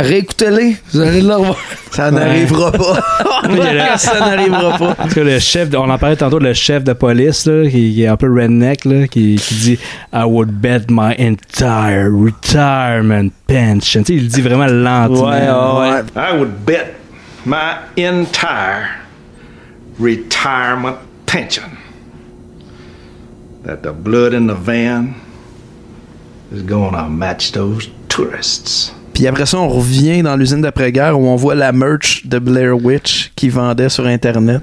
Réécoutez-les, vous allez le revoir. Ça n'arrivera pas. [LAUGHS] ça n'arrivera pas. Parce que le chef, de- on en parlait tantôt, le chef de police, là, qui, qui est un peu redneck, là, qui, qui dit I would bet my entire retirement pension. Tu sais, il le dit vraiment lentement. I would bet my entire retirement pension that the blood in the van is going to match those tourists. Puis après ça, on revient dans l'usine d'après-guerre où on voit la merch de Blair Witch qui vendait sur Internet.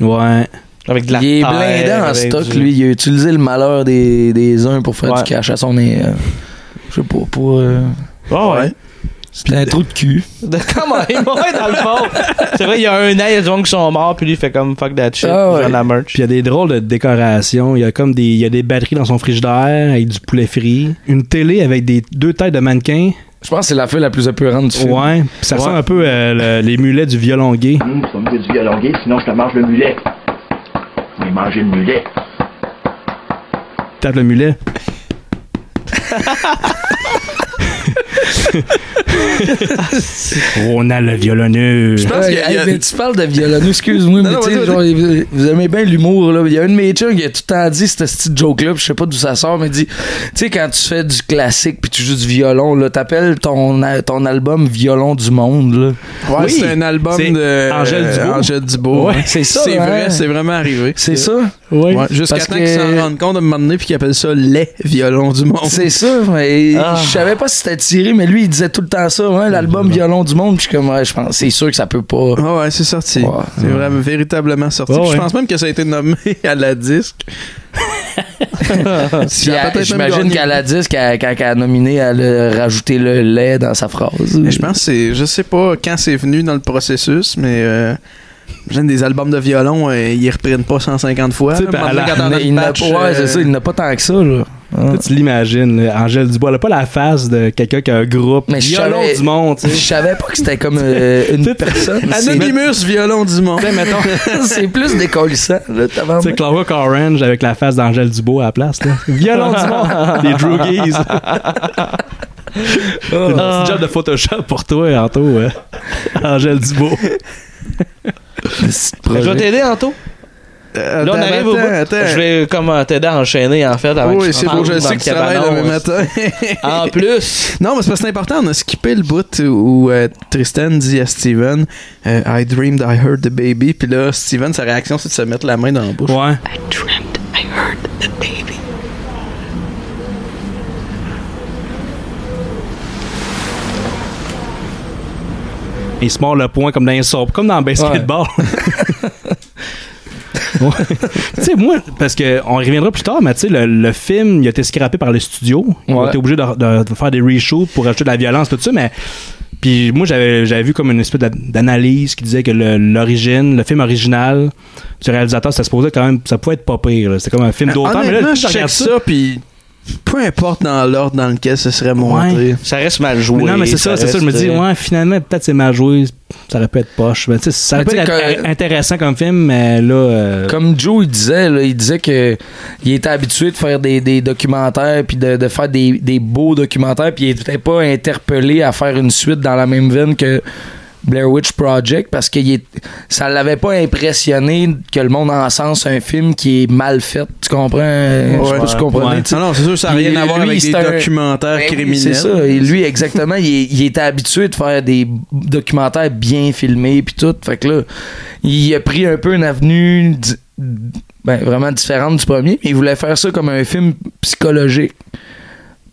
Ouais. Avec de Il est terre, blindé en avec stock, du- lui. Il a utilisé le malheur des, des uns pour faire Ouais. du cash à son. euh, je sais pas, pour. euh, Oh, ouais. C'était un trou de cul. [LAUGHS] De comment il mourait dans le fond. C'est vrai, il y a un an, il y a des gens qui sont morts, puis lui, il fait comme fuck that shit. Ah ouais. genre la merch. Puis il y a des drôles de décorations. Il y a comme des, il y a des batteries dans son frigidaire avec du poulet frit. Une télé avec des deux têtes de mannequins. Je pense que c'est la feuille la plus apurante du film. Ouais. Puis ça Ouais. ressemble un peu euh, le- les mulets du violon gay. Hum, faut me dire du dialoguer, sinon je te mange le mulet. Mais manger le mulet. Tape [LAUGHS] le mulet. On a le violonneux. Je pense que tu parles de violon, excuse-moi, mais non, tu vas-y, sais, genre, vous, vous aimez bien l'humour, là. Il y a un de mes chums qui a tout le temps dit, cette petite joke-là, puis je sais pas d'où ça sort, mais il dit, tu sais, quand tu fais du classique puis tu joues du violon, là, t'appelles ton, a- ton album Violon du Monde, là. Ouais, c'est un album C'est de Angèle Dubois. Angèle Dubois. Ouais, c'est ça, C'est hein. vrai, c'est vraiment arrivé. C'est ça? Ouais, Ouais, Jusqu'à parce temps que- qu'ils s'en rendent compte à un moment donné puis qu'ils appellent ça les violons du monde. C'est ça, mais Oh. Ah. je savais pas si c'était tiré, mais lui, il disait tout le temps ça, hein, l'album Violon du Monde, puis je suis comme, ouais, je pense, c'est sûr que ça peut pas. Ah ouais, c'est sorti. C'est vraiment véritablement sorti. Ouais, Puis Je ouais. pense même que ça a été nommé [LAUGHS] à la disque. Mm. Puis elle- J'imagine qu'à la disque, elle- quand elle a nominé, elle a rajouté le lait dans sa phrase. Mais je pense que c'est. Je sais pas quand c'est venu dans le processus, mais. euh, j'imagine des albums de violon, euh, ils reprennent pas 150 fois. Tu sais, là, puis un moment donné, à [LAUGHS] la- quand on a le il n'a patch, pas- ouais, c'est ça, il n'a pas tant que ça, là. Toi, Tu l'imagines, là, Angèle Dubois. Elle a pas la face de quelqu'un qui a un groupe. Mais je violon savais- du monde, tu sais. Je savais pas que c'était comme euh, [LAUGHS] une personne. Anonymous, violon du monde. [LAUGHS] c'est plus décollissant, là, t'avais Tu sais, Clara Orange avec la face d'Angèle Dubois à la place, là. [LAUGHS] Ah. Violon du monde! Les Drew Geese. C'est Ah. Ah. un petit job de Photoshop pour toi, Anto. [LAUGHS] ouais. Angèle Dubois. Je vais t'aider, Anto. Là, on attends, arrive au bout. attends, attends. Je vais comme euh, t'aider à enchaîner, en fait. avant que oui, tu c'est parles beau, je dans sais le que tu travailles cabanon. le même matin. En plus. Non, mais c'est parce que c'est important, on a skippé le bout où euh, Tristan dit à Steven euh, I dreamed I heard the baby. Puis là, Steven, sa réaction, c'est de se mettre la main dans la bouche. Ouais. I heard the baby. Il se mord le poing comme dans un soap, comme [LAUGHS] dans un basketball. Ouais. tu sais, moi, parce que on reviendra plus tard, mais tu sais, le, le film, il a été scrappé par le studio. On Ouais. était obligé de, de- de faire des reshoots pour ajouter de la violence, tout ça, mais. Puis moi, j'avais j'avais vu comme une espèce d'a- d'analyse qui disait que le- l'origine, le, film original du réalisateur, ça se posait quand même, ça pouvait être pas pire. là. C'était comme un film d'auteur. Mais là, Honnêtement, je check regarde ça, puis peu importe dans l'ordre dans lequel ce serait monté. Ouais. Ça reste mal joué. Mais non, mais c'est ça, c'est ça. Je me dis, euh, ouais, finalement, peut-être c'est mal joué. Ça aurait pu être poche. Mais tu sais, ça aurait Mais pu tu sais être que- intéressant comme film, mais là. euh, Comme Joe il disait, là, il disait que il était habitué de faire des, des documentaires puis de, de faire des, des beaux documentaires puis il n'était pas interpellé à faire une suite dans la même veine que Blair Witch Project parce que il est- ça l'avait pas impressionné que le monde encense un film qui est mal fait. Tu comprends? Je sais pas si tu comprenais, tu sais. Non, non, c'est sûr, ça n'a rien Il- à voir lui, avec des c'est un- documentaires Ben oui, criminels. C'est ça. Et lui, exactement, il, est- il était habitué de faire des documentaires bien filmés puis tout. Fait que là, il a pris un peu une avenue di- ben, vraiment différente du premier, mais il voulait faire ça comme un film psychologique.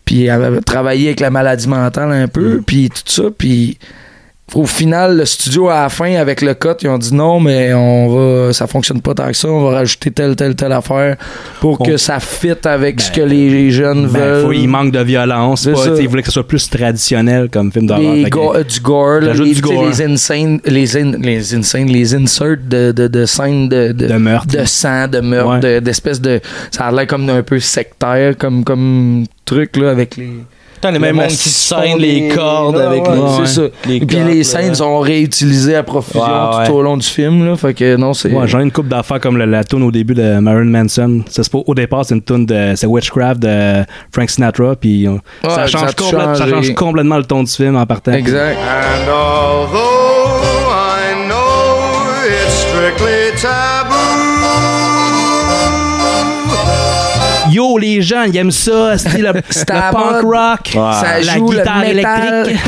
Puis il avait travaillé avec la maladie mentale un peu, Mm-hmm. puis tout ça, puis... Au final, le studio à la fin avec le cut, ils ont dit non, mais on va, ça fonctionne pas tant que ça. On va rajouter telle telle telle affaire pour que ça fitte avec ce que les jeunes ben, veulent. faut- il manque de violence. C'est pas- ça. tu sais, il voulait que ce soit plus traditionnel comme film d'horreur. Les Fait que- go- euh, du gore, là, Rajoute les, du tu sais, gore. les insane, les, in- les insane, les inserts de, de, de scènes de, de, de meurtre, sang, de meurtre, de- d'espèces de, ça a l'air comme un peu sectaire, comme comme truc là avec les. Putain, les mêmes monde qui se scènent font les des- cordes Ouais, avec ouais, les- c'est ça. ouais. les Puis cordes, les là. scènes sont réutilisées à profusion Ouais, tout ouais. au long du film. Là, fait que non, euh, c'est. Ouais, j'en ai une coupe d'affaires comme la, la tune au début de Marilyn Manson. Ça se peut- au départ, c'est une tune de c'est Witchcraft de Frank Sinatra puis on- ça, Ouais, ça a change tout complète- ça changé. change complètement le ton du film en partant. Exact. And although I know it's strictly taboo, Yo les gens, ils aiment [LAUGHS] ça, c'est le, le à punk mode. rock, Ouais. Ça la joue le guitare métal. électrique.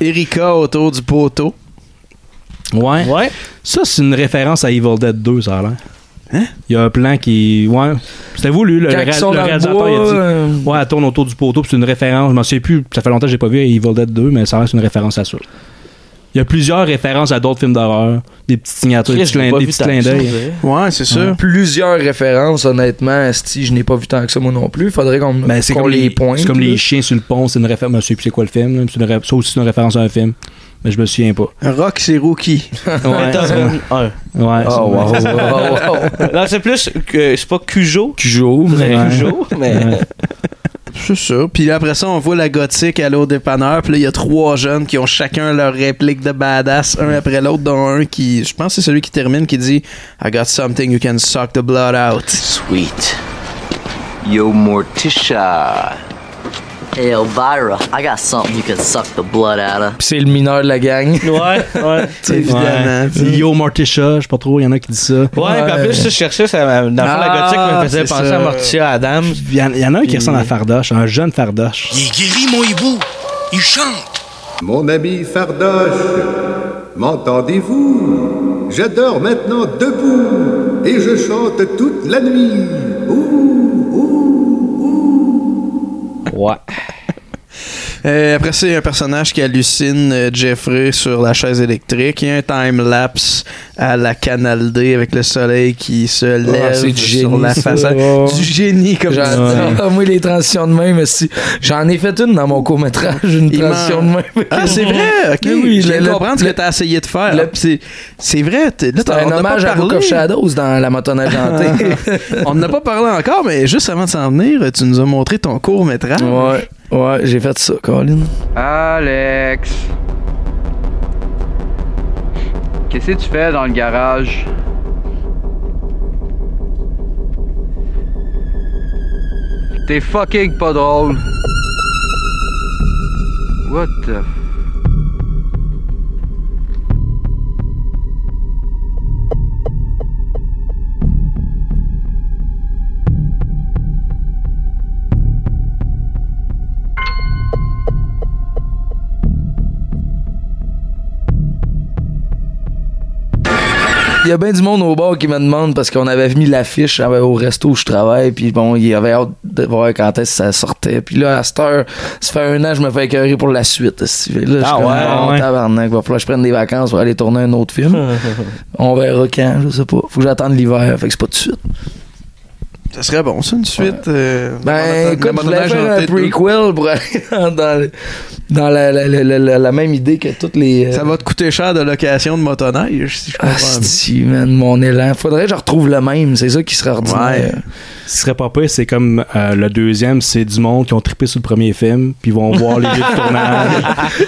Erika autour du poteau. Ouais. Ça, c'est une référence à Evil Dead 2, ça a l'air. Hein? Il y a un plan qui. Ouais. C'était voulu, le, Quand le ils réa- sont le dans le réalisateur bois, il a dit. euh, Ouais, elle tourne autour du poteau, puis c'est une référence. Je m'en souviens plus, ça fait longtemps que j'ai pas vu Evil Dead 2, mais ça reste une référence à ça. Il y a plusieurs références à d'autres films d'horreur, des petites signatures, des Chris, petits clins j'ai pas des vu petits tant clins que ça, d'œil. on dirait. Ouais, c'est sûr. Plusieurs références, honnêtement. Si je n'ai pas vu tant que ça, moi non plus. Faudrait qu'on Ben, c'est qu'on comme les les, pointe. c'est comme là. les chiens sur le pont, c'est une référence. Je sais plus c'est quoi le film, là, mais c'est une ré- ça aussi c'est une référence à un film, mais je me souviens pas. Rock, c'est Rookie. Ouais, Attends, c'est- hein. un. Ah, Ouais, [LAUGHS] c'est- [LAUGHS] Non, c'est plus que c'est pas Cujo. Cujo, mais Ouais. Cujo, mais C'est ça. Puis là, après ça, on voit la gothique à l'eau dépanneur. Puis là, il y a trois jeunes qui ont chacun leur réplique de badass, un après l'autre, dont un qui, je pense que c'est celui qui termine, qui dit I got something you can suck the blood out. Sweet. Yo, Morticia. Hey, Elvira, I got something you can suck the blood out of. Puis c'est le mineur de la gang. Ouais, ouais. Ouais. C'est Yo Morticia, je sais pas trop, il y en a qui disent ça. Ouais, puis en plus, ça, je cherchais, ça, m'a- dans le fond, la Ah, gothique me faisait c'est penser ça. à Morticia Adams. Il y, en- il y en a un qui ressemble à Fardoche, un jeune Fardoche. Il est guéri, mon hibou. Il chante. Mon ami Fardoche, m'entendez-vous Je dors maintenant debout et je chante toute la nuit. Ouais. Euh, après, c'est un personnage qui hallucine euh, Jeffrey sur la chaise électrique. Il y a un time-lapse à la Canal D avec le soleil qui se lève Ah, c'est du sur génie, la ça. façade. Ouais. Du génie, comme ça. J'adore, Ah, moi, les transitions de même, si. J'en ai fait une dans mon court-métrage, une Il transition de ment. même. Ah, c'est vrai, ok. Mais oui, je viens le- de le- comprendre ce que t'as essayé de faire. Ah, puis c'est- C'est vrai, t'es- là, C'est t'as- on un n'a pas hommage à parlé. Book of Shadows dans la [LAUGHS] motoneige hantée. on n'a pas parlé encore, mais juste avant de s'en venir, tu nous as montré ton court-métrage. Ouais, ouais, j'ai fait ça, Colin. Alex! Qu'est-ce que tu fais dans le garage? T'es fucking pas drôle. What the f... Il y a bien du monde au bar qui me demande parce qu'on avait mis l'affiche euh, au resto où je travaille, puis bon, il y avait hâte de voir quand est-ce que ça sortait. Puis là, à cette heure, ça fait un an, je me fais écœurer pour la suite. si tu veux. Là, je suis Ah comme, ouais, oh, ouais. tabarnak, va falloir que je prenne des vacances pour aller tourner un autre [LAUGHS] film. On verra quand, je sais pas. Faut que j'attende l'hiver, fait que c'est pas tout de suite. Ça serait bon, ça, une suite. euh, Ben, la écoute, je voulais motoneige faire en un tête deux. prequel pour aller [LAUGHS] dans, dans le- dans la, la- la- la- la- la même idée que toutes les... euh, Ça va te coûter cher de location de motoneige, si je comprends. Asti, man, mon élan. Faudrait que je retrouve le même. C'est ça qui serait ordinaire. Ce qui serait pas pire, c'est comme euh, le deuxième, c'est du monde qui ont trippé sur le premier film, puis ils vont voir les lieux [LAUGHS] de tournage.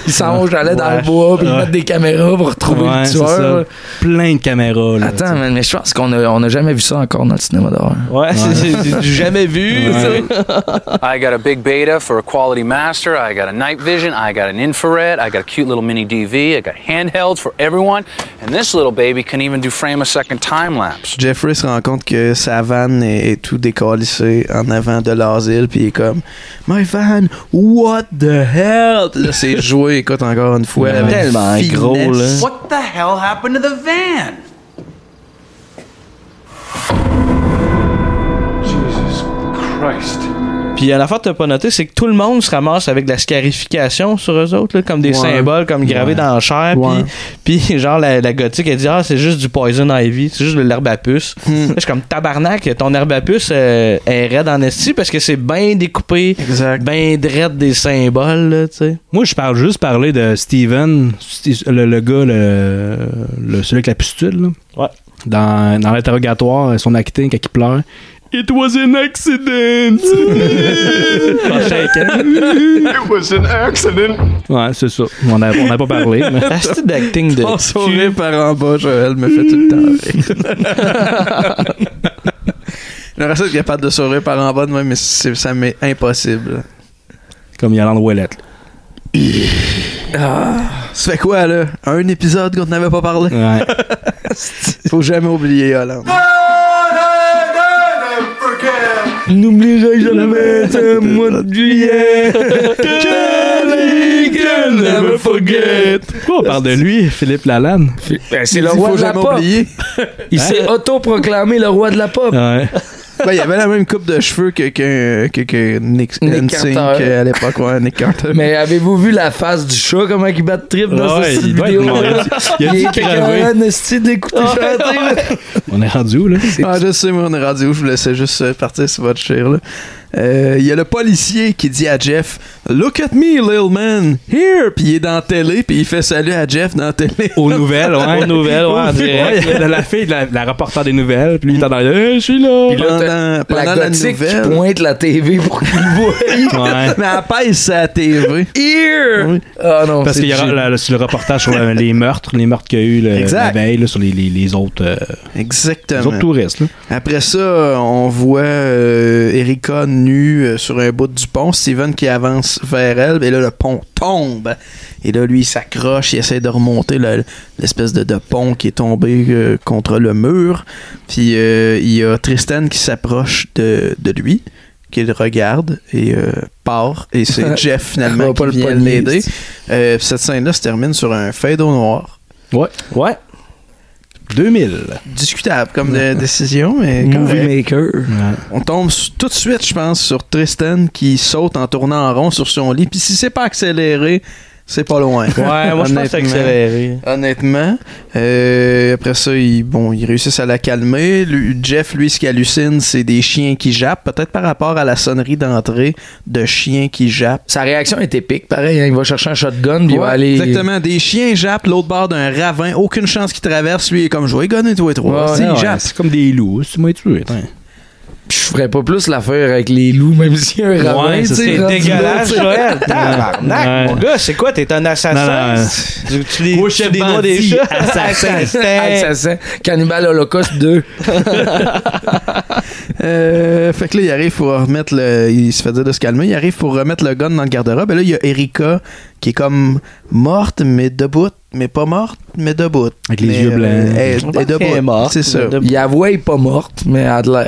Ils s'en vont, j'allais dans Ouais. le bois, puis ils Ouais. mettent des caméras pour retrouver Ouais, le c'est tueur. ça. là. Plein de caméras. Là, Attends, man, mais je pense qu'on a, on a jamais vu ça encore dans le cinéma d'horreur. Ouais, c'est- c'est c'est du jamais [LAUGHS] vu. I got a big beta for a quality master. I got a night vision. I got an infrared. I got a cute little mini DV. I got handhelds for everyone. And this little baby can even do frame a second time lapse. Jeffrey se rend compte que sa van est, est tout décalissée en avant de l'asile, puis il est comme My van, what the hell? Là, c'est joué, écoute, encore une fois. avec Tellement finesse. gros, là. What the hell happened to the van? Jesus Christ. Puis à la fois, t'as pas noté, c'est que tout le monde se ramasse avec de la scarification sur eux autres, là, comme des Ouais. symboles, comme gravés Ouais. dans la chair. Ouais. Puis, puis genre, la, la gothique, elle dit Ah, c'est juste du poison ivy, c'est juste de l'herbe à puce. Hmm. Là, Je suis comme tabarnak, ton herbe à puce euh, est raide en esti parce que c'est bien découpé, bien raide des symboles, là, tu sais. Moi, je parle juste parler de Steven, Sti- le, le gars, le, le- celui avec la pustule. là. Ouais. dans, dans l'interrogatoire, son acting quand il pleure. It was an accident! it was an accident. Ouais, c'est ça. On n'a on a pas parlé. mais- Asti Ah, d'acting de. Ton sourire par en bas, Joël, me fait tout le temps rire. J'aurais ça être capable de sourire par en bas de moi, mais c'est- ça m'est impossible. Comme Yolande Ouellet. Ah, ça fait quoi, là? Un épisode qu'on n'avait pas parlé? Ouais. [LAUGHS] Faut jamais oublier Hollande. N'oublierai jamais ce mois de juillet. never forget. Pourquoi on parle de lui, Philippe Lalanne? Ben, c'est le roi de la pop. Il s'est autoproclamé le roi de la pop. Hein? Ouais. Ouais, il avait la même coupe de cheveux que, que, que, que Nick, Nick NSYNC Carter. à l'époque, ouais, Nick Carter. Mais avez-vous vu la face du chat, comment il bat de trip dans Ouais, cette il doit être vidéo? malade. [LAUGHS] Il a dû est crever. capable esti, d'écouter chanter. là. On est rendu où, là? Ah, je sais, moi, on est rendu où, je vous laissais juste euh, partir sur votre chair, là. Euh, Il y a le policier qui dit à Jeff Look at me, little man, here! Puis il est dans la télé, puis il fait salut à Jeff dans la télé. Aux nouvelles, ouais. Aux nouvelles, ouais, en direct, Ouais, il y a la fille, de la, la reporter des nouvelles, puis lui, il est dans Eh, je suis là! Puis là, Pendant, pendant la la, gothique qui nouvelle. pointe la TV pour qu'il le voie. Ouais. [LAUGHS] Mais elle pèse sa TV. Here! Oui. Ah non, Parce c'est qu'il y a génial. la- le- sur le reportage sur le- les meurtres, les meurtres qu'il y a eu le- la Exact. Ah, veille, Euh, là, sur les, les, les autres, euh, les Exactement. autres touristes. là. Après ça, on voit euh, Erika nue euh, sur un bout du pont, Steven qui avance vers elle, et là le pont tombe. Et là, lui, il s'accroche, il essaie de remonter le- l'espèce de, de pont qui est tombé euh, contre le mur. Puis euh, il y a Tristan qui s'approche de, de lui, qui le regarde et euh, part. [LAUGHS] Et c'est Jeff On finalement va pas qui le vient pogner, l'aider. c'est- Euh, cette scène-là se termine sur un fade au noir. Ouais. Ouais. 2000. Discutable [LAUGHS] comme de- décision, mais quand Movie même. maker. On tombe s- tout de suite, je pense, sur Tristan qui saute en tournant en rond sur son lit. Puis si c'est pas accéléré, c'est pas loin. Ouais, moi je pense que c'est Honnêtement. accéléré. Honnêtement, Euh, après ça, ils, bon, ils réussissent à la calmer. Lui- Jeff, lui, ce qui hallucine, c'est des chiens qui jappent. Peut-être par rapport à la sonnerie d'entrée de chiens qui jappent. Sa réaction est épique, pareil. hein, il va chercher un shotgun, puis il va Ouais, aller. Exactement, des chiens jappent l'autre bord d'un ravin. Aucune chance qu'il traverse. Lui, il est comme je vais gonner toi et trois. Ouais, Si, il ouais, jappe. C'est comme des loups, c'est moi tu veux. Je ferais pas plus l'affaire avec les loups, même si y a un ravin. Ouais, tu sais, c'est rendu là, dégueulasse, tu sais. Joël. Tabarnak, mon gars, c'est quoi? T'es un assassin? Non, non. Tu, tu les, tu des doigts des chats? Assassin. Assassin. Cannibal Holocaust 2. Euh, fait que là, il arrive pour remettre le. Il se fait dire de se calmer. Il arrive pour remettre le gun dans le garde-robe. Et là, il y a Erika qui est comme morte, mais debout. Mais pas morte, mais debout. Avec les Mais, yeux blancs. euh, elle- Je elle pense est debout. qu'elle est morte, C'est ça. mais debout. Il avoue, elle est pas morte, mais elle a de l'air.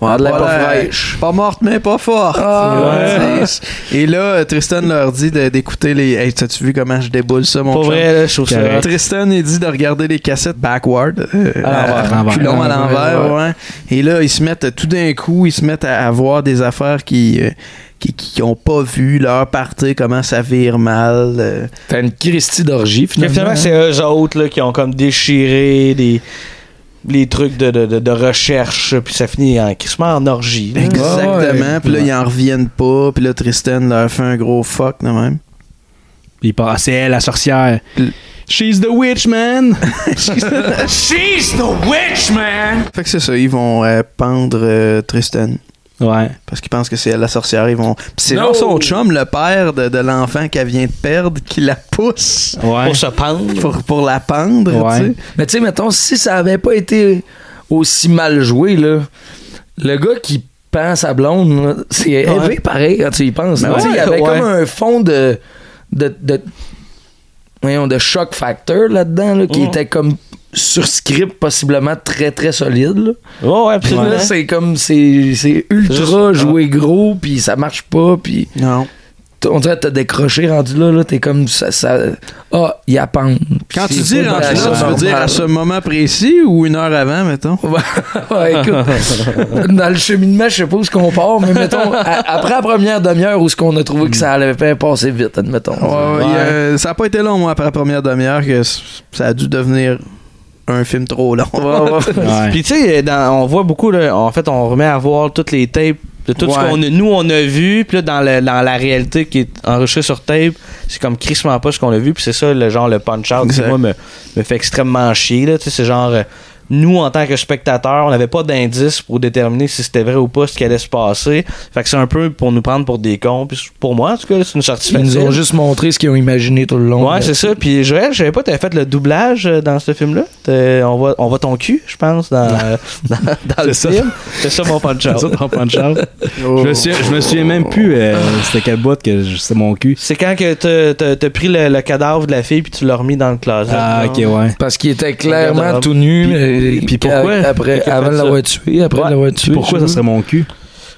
Elle a de l'air pas Voilà. fraîche. Pas morte, mais pas forte. Ah. Ouais. Et là, Tristan leur dit de- d'écouter les. Hey, t'as-tu vu comment je déboule ça, mon Pas chum? vrai, là, je trouve ça. Correct. Tristan il dit de regarder les cassettes backward, euh, À Ah l'envers. à reculons à À l'envers, l'envers, ouais. Et là ils se mettent euh, tout d'un coup, ils se mettent à, à voir des affaires qui euh, qui, qui ont pas vu leur partie, comment ça vire mal. euh. T'as une Christie d'orgie, Puis finalement. hein. finalement, c'est eux autres là, qui ont comme déchiré des les trucs de, de, de, de recherche, puis ça finit en crissement en orgie. là. Exactement. Puis là ils en reviennent pas. Puis là Tristan leur fait un gros fuck de même. Puis il part, c'est elle, la sorcière. She's the witch, [LAUGHS] man! She's the witch, man! Fait que c'est ça, ils vont euh, pendre euh, Tristan. Ouais. Parce qu'ils pensent que c'est elle, la sorcière, ils vont. Puis c'est No! genre son chum, le père de, de l'enfant qu'elle vient de perdre, qui la pousse Ouais. Pour se pendre. pour, pour la pendre, Ouais. tu sais. Mais tu sais, mettons, si ça avait pas été aussi mal joué, là, le gars qui pend sa blonde, là, c'est élevé pareil quand tu y penses. Ben Tu sais, ouais, il y avait ouais. comme un fond de. de, de voyons, de shock factor là-dedans, là, qui Mhm. était comme sur script possiblement très très solide. Là. Ouais, ouais, Puis absolument. là, c'est comme, c'est c'est ultra joué gros, puis ça marche pas, puis Non. t- on dirait que t'as décroché rendu là, là t'es comme, ça, ça- ah, il a pente. Quand tu C'est dis pas rendu là, la tu veux chose dire normale. à ce moment précis ou une heure avant, mettons? Ouais, [LAUGHS] écoute, dans le cheminement, je sais pas où est-ce qu'on part, mais mettons, à- après la première demi-heure, où est-ce qu'on a trouvé que ça allait bien passer vite, admettons. Ouais, ouais, il y a- ça n'a pas été long, moi, après la première demi-heure, que c- ça a dû devenir un film trop long. [LAUGHS] Ouais. Puis tu sais, dans- on voit beaucoup, là, en fait, on remet à voir toutes les tapes de tout ce Ouais. qu'on a, nous on a vu, puis là dans, le- dans la réalité qui est enregistrée sur tape, c'est comme crissement pas ce qu'on a vu, puis c'est ça le genre le punch out qui Exact. moi me, me fait extrêmement chier là, tu sais, c'est genre euh, nous, en tant que spectateurs, on n'avait pas d'indice pour déterminer si c'était vrai ou pas ce qui allait se passer. Fait que c'est un peu pour nous prendre pour des cons. Puis pour moi, en tout cas, c'est une sortie Ils nous facile. ont juste montré ce qu'ils ont imaginé tout le long. Ouais, c'est ça. Puis Joël, je savais pas, t'avais fait le doublage euh, dans ce film-là. T'es- On va, on va ton cul, je pense, dans, euh, dans, dans le C'est ça. film. C'est ça mon punch C'est ça ton punch-out. Oh. Je, me souviens, je me souviens même plus euh, Ah. c'était quel bout que je- c'était mon cul. C'est quand que t'as- t'as t'as pris le, le cadavre de la fille puis tu l'as remis dans le closet. Ah, ok, ouais. Parce qu'il était Un clairement garde-robe. tout nu. euh, puis pourquoi? Après, Quelqu'un avant fait de ça. l'avoir tué, après Ouais. de l'avoir tué. pourquoi je ça sais serait pas. Mon cul.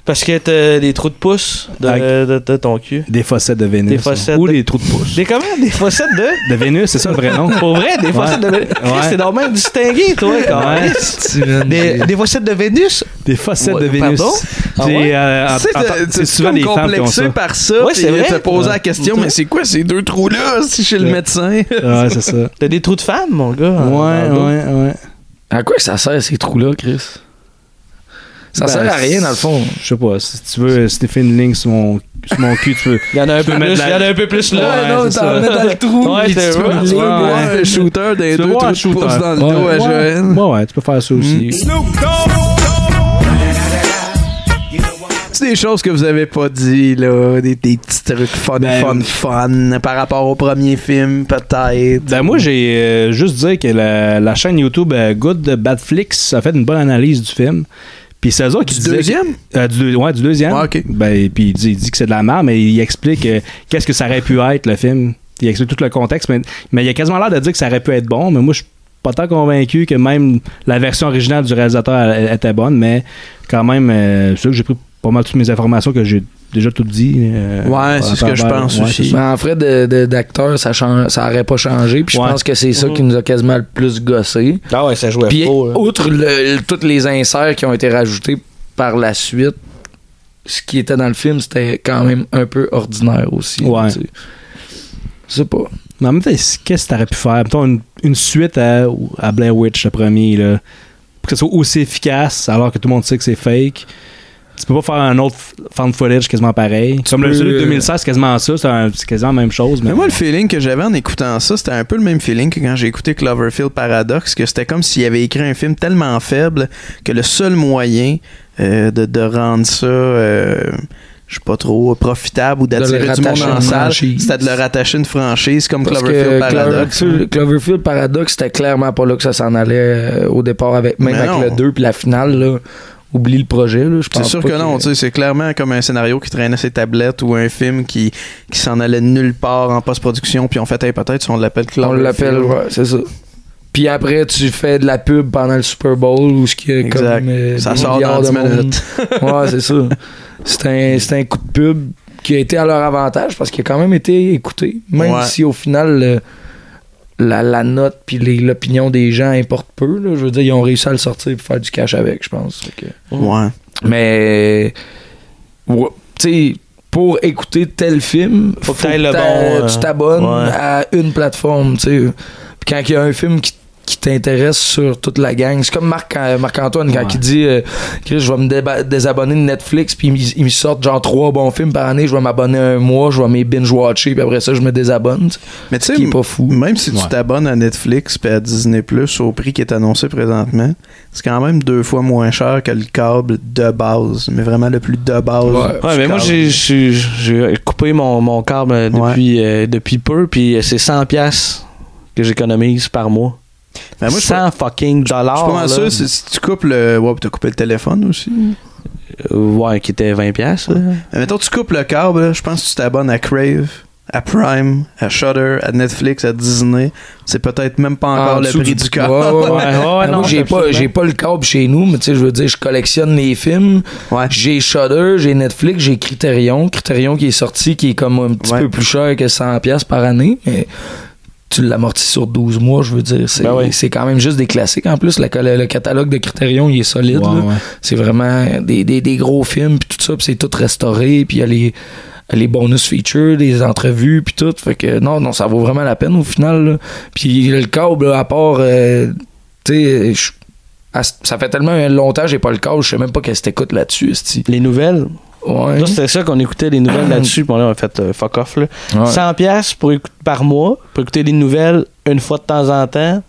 Parce que t'as des trous de pouce de, Ah, de- de ton cul. Des fossettes de Vénus. Des fossettes. Ou des trous de pouce. Des comment? Des fossettes de? De Vénus, c'est ça le vrai nom. Pour vrai, des fossettes de Vénus. Chris, C'est normal distingué, toi, quand Ouais. même. Des, des fossettes de Vénus? Des fossettes de Ouais, Vénus. pardon? Ah ouais? Des, euh, en- Tu sais, en- t'es- c'est t'es souvent comme les femmes qui ont complexé ça. par ça. Ouais, puis c'est vrai. te poser la Ouais. question, Ouais. mais c'est quoi ces deux trous-là si chez le Ouais. médecin? Ouais, c'est ça. T'as des trous de femme, mon gars? Ouais, ouais, ouais. À quoi que ça sert ces trous-là, Chris? Ça Ben, sert à rien, dans le fond. Je sais pas, si tu veux, si t'es fait une ligne sur mon, sur mon cul, tu veux. Il y en a un tu peu veux mettre plus, la- il y en a un peu plus là. Ah, Ouais, c'est ça. Ouais, puis c'est tu vrai. peux- tu peux Ouais, boire ouais. un shooter des Tu veux deux voir un trous de pouce shooter. dans le dos à Ouais, Joël. Mm. ouais, ouais, tu peux faire ça aussi. C'est des choses que vous avez pas dit, là. Des, des petits trucs fun, Ben, fun, fun. Par rapport au premier film, peut-être. Ben moi j'ai euh, juste dire que la, la chaîne YouTube euh, Good Badflix a fait une bonne analyse du film. Puis c'est eux autres qui Du disaient que- deuxième? Euh, du, deux- ouais, du deuxième. Ben, puis il dit, il dit que c'est de la merde, mais il explique euh, qu'est-ce que ça aurait pu être le film. Il explique tout le contexte, mais, mais il a quasiment l'air de dire que ça aurait pu être bon, mais moi je suis pas tant convaincu que même la version originale du réalisateur elle- elle était bonne, mais quand même, euh, c'est sûr que j'ai pris pas mal toutes mes informations que j'ai déjà tout dit. euh, Ouais, c'est ce que je à travers- pense ouais, aussi. c'est ça. Ben, en frais de- de- d'acteur, ça, change- ça aurait pas changé. Puis je Ouais. pense que c'est Mm-hmm. ça qui nous a quasiment le plus gossé. Euh, Ah ouais, ça jouait Puis, oh, faux, là. outre le- le- toutes les inserts qui ont été rajoutés par la suite, ce qui était dans le film, c'était quand même un peu ordinaire aussi. Ouais. tu sais. Je sais pas. Mais en même temps, c'est- qu'est-ce que t'aurais pu faire? Mettons une, une suite à, à Blair Witch, le premier, là. Pour que ce soit aussi efficace, alors que tout le monde sait que c'est fake. Tu peux pas faire un autre f- found footage quasiment pareil. Comme le peux, celui de euh, 2016, c'est quasiment ça. C'est un- c'est quasiment la même chose. Mais, Mais moi, le feeling que j'avais en écoutant ça, c'était un peu le même feeling que quand j'ai écouté Cloverfield Paradox, que c'était comme s'il avait écrit un film tellement faible que le seul moyen euh, de, de rendre ça, euh, je sais pas trop, profitable ou le d'attirer du monde rattacher à en une salle, franchise. c'était de le rattacher à une franchise comme Parce Cloverfield que Paradox. Mm-hmm. Cloverfield, Cloverfield Paradox, c'était clairement pas là que ça s'en allait euh, au départ, avec, même Mais avec non. le 2 puis la finale. là. Oublie le projet. là, je C'est pense sûr pas que non, tu sais, c'est clairement comme un scénario qui traînait ses tablettes ou un film qui, qui s'en allait nulle part en post-production, puis on fait, Hey, peut-être si on l'appelle On Cloverfield. l'appelle, ouais, c'est ça. Puis après, tu fais de la pub pendant le Super Bowl ou ce qui est comme. Exact. euh, Ça des sort milliards dans de 10 monde. minutes. [LAUGHS] ouais, c'est ça. C'est un, c'est un coup de pub qui a été à leur avantage parce qu'il a quand même été écouté. Même Ouais. si au final, le- la, la note puis les- l'opinion des gens importe peu. là. je veux dire, ils ont réussi à le sortir et faire du cash avec, je pense. Fait que- Ouais. Mais. ouais, tu sais, pour écouter tel film, Faut que faut t'ailles le que t'a- bon, euh, tu t'abonnes ouais. à une plateforme, tu sais. Puis quand il y a un film qui qui t'intéresse sur toute la gang. C'est comme Marc, euh, Marc-Antoine quand Ouais. il dit euh, Chris, je vais me déba- désabonner de Netflix, puis ils me- ils me sortent genre trois bons films par année, je vais m'abonner un mois, je vais mes binge-watcher, puis après ça, je me désabonne. tu sais. Mais tu Ce qui est sais, pas fou. même si Ouais. tu t'abonnes à Netflix et à Disney Plus au prix qui est annoncé présentement, c'est quand même deux fois moins cher que le câble de base, mais vraiment le plus de base. du Ouais, mais moi, câble. j'ai- j'ai j'ai coupé mon, mon câble euh, depuis, euh, depuis peu, puis euh, c'est 100$ piastres que j'économise par mois. Ben, moi, je suis 100 fucking dollars. je suis pas mal Ah, là. sûr, si, si tu coupes le. Ouais, puis t'as coupé le téléphone aussi. Euh, ouais, qui était 20$. piastres, là. Mais mettons, tu coupes le câble, là, je pense que tu t'abonnes à Crave, à Prime, à Shudder, à Netflix, à Disney. C'est peut-être même pas encore En le dessous prix du- du câble. Ouais, ouais, ouais. Ah Ouais, ouais, Ben, non, moi, j'ai pas, absolument. j'ai pas le câble chez nous, mais tu sais, je veux dire, je collectionne les films. J'ai Shudder, j'ai Netflix, j'ai Criterion. Criterion qui est sorti, qui est comme un petit Ouais. peu plus cher que 100$ piastres par année, mais tu l'amortis sur 12 mois, je veux dire. C'est, Ben oui. c'est quand même juste des classiques. En plus, le, col- le catalogue de Criterion, il est solide. Ouais, là. ouais. C'est vraiment des, des- des gros films, puis tout ça, puis c'est tout restauré, puis il y a les, les bonus features, les entrevues, puis tout. Fait que non, non, ça vaut vraiment la peine au final. là. Puis le câble, là, à part, euh, tu sais, je- à- ça fait tellement longtemps que j'ai pas le câble, je sais même pas qu'est-ce que t'écoutes là-dessus. esti. Les nouvelles. Ouais. Là, c'était ça qu'on écoutait les nouvelles là-dessus, puis on a fait euh, fuck off. Là. 100$ piastres pour écou- par mois, pour écouter les nouvelles une fois de temps en temps.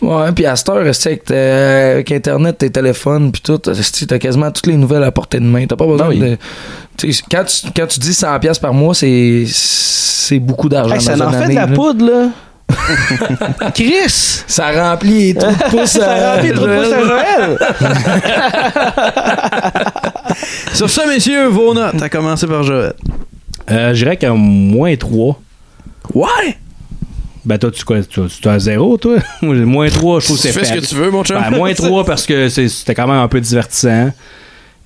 Ouais, puis à cette heure, c'est avec, euh, avec Internet, tes téléphones, puis tout, c'est- t'as quasiment toutes les nouvelles à portée de main. T'as pas besoin Ben oui. de. tu sais, Quand tu, quand tu dis 100$ piastres par mois, c'est c'est beaucoup d'argent. Hey, ça dans en une fait de année, la là. [LAUGHS] poudre, là. Chris! Ça remplit les trous [LAUGHS] de pouce euh, Ça à- remplit les trous de pouce à Joël. [LAUGHS] Sur ça, messieurs, vos notes. T'as commencé par Joël. Euh, je dirais qu'un moins 3. Ouais! Ben toi, tu quoi? Tu tu as zéro, toi? [LAUGHS] Moi, j'ai moins 3, je trouve que Tu c'est fais ce faible. que tu veux, mon chum. Ben, moins 3 parce que c'est- c'était quand même un peu divertissant.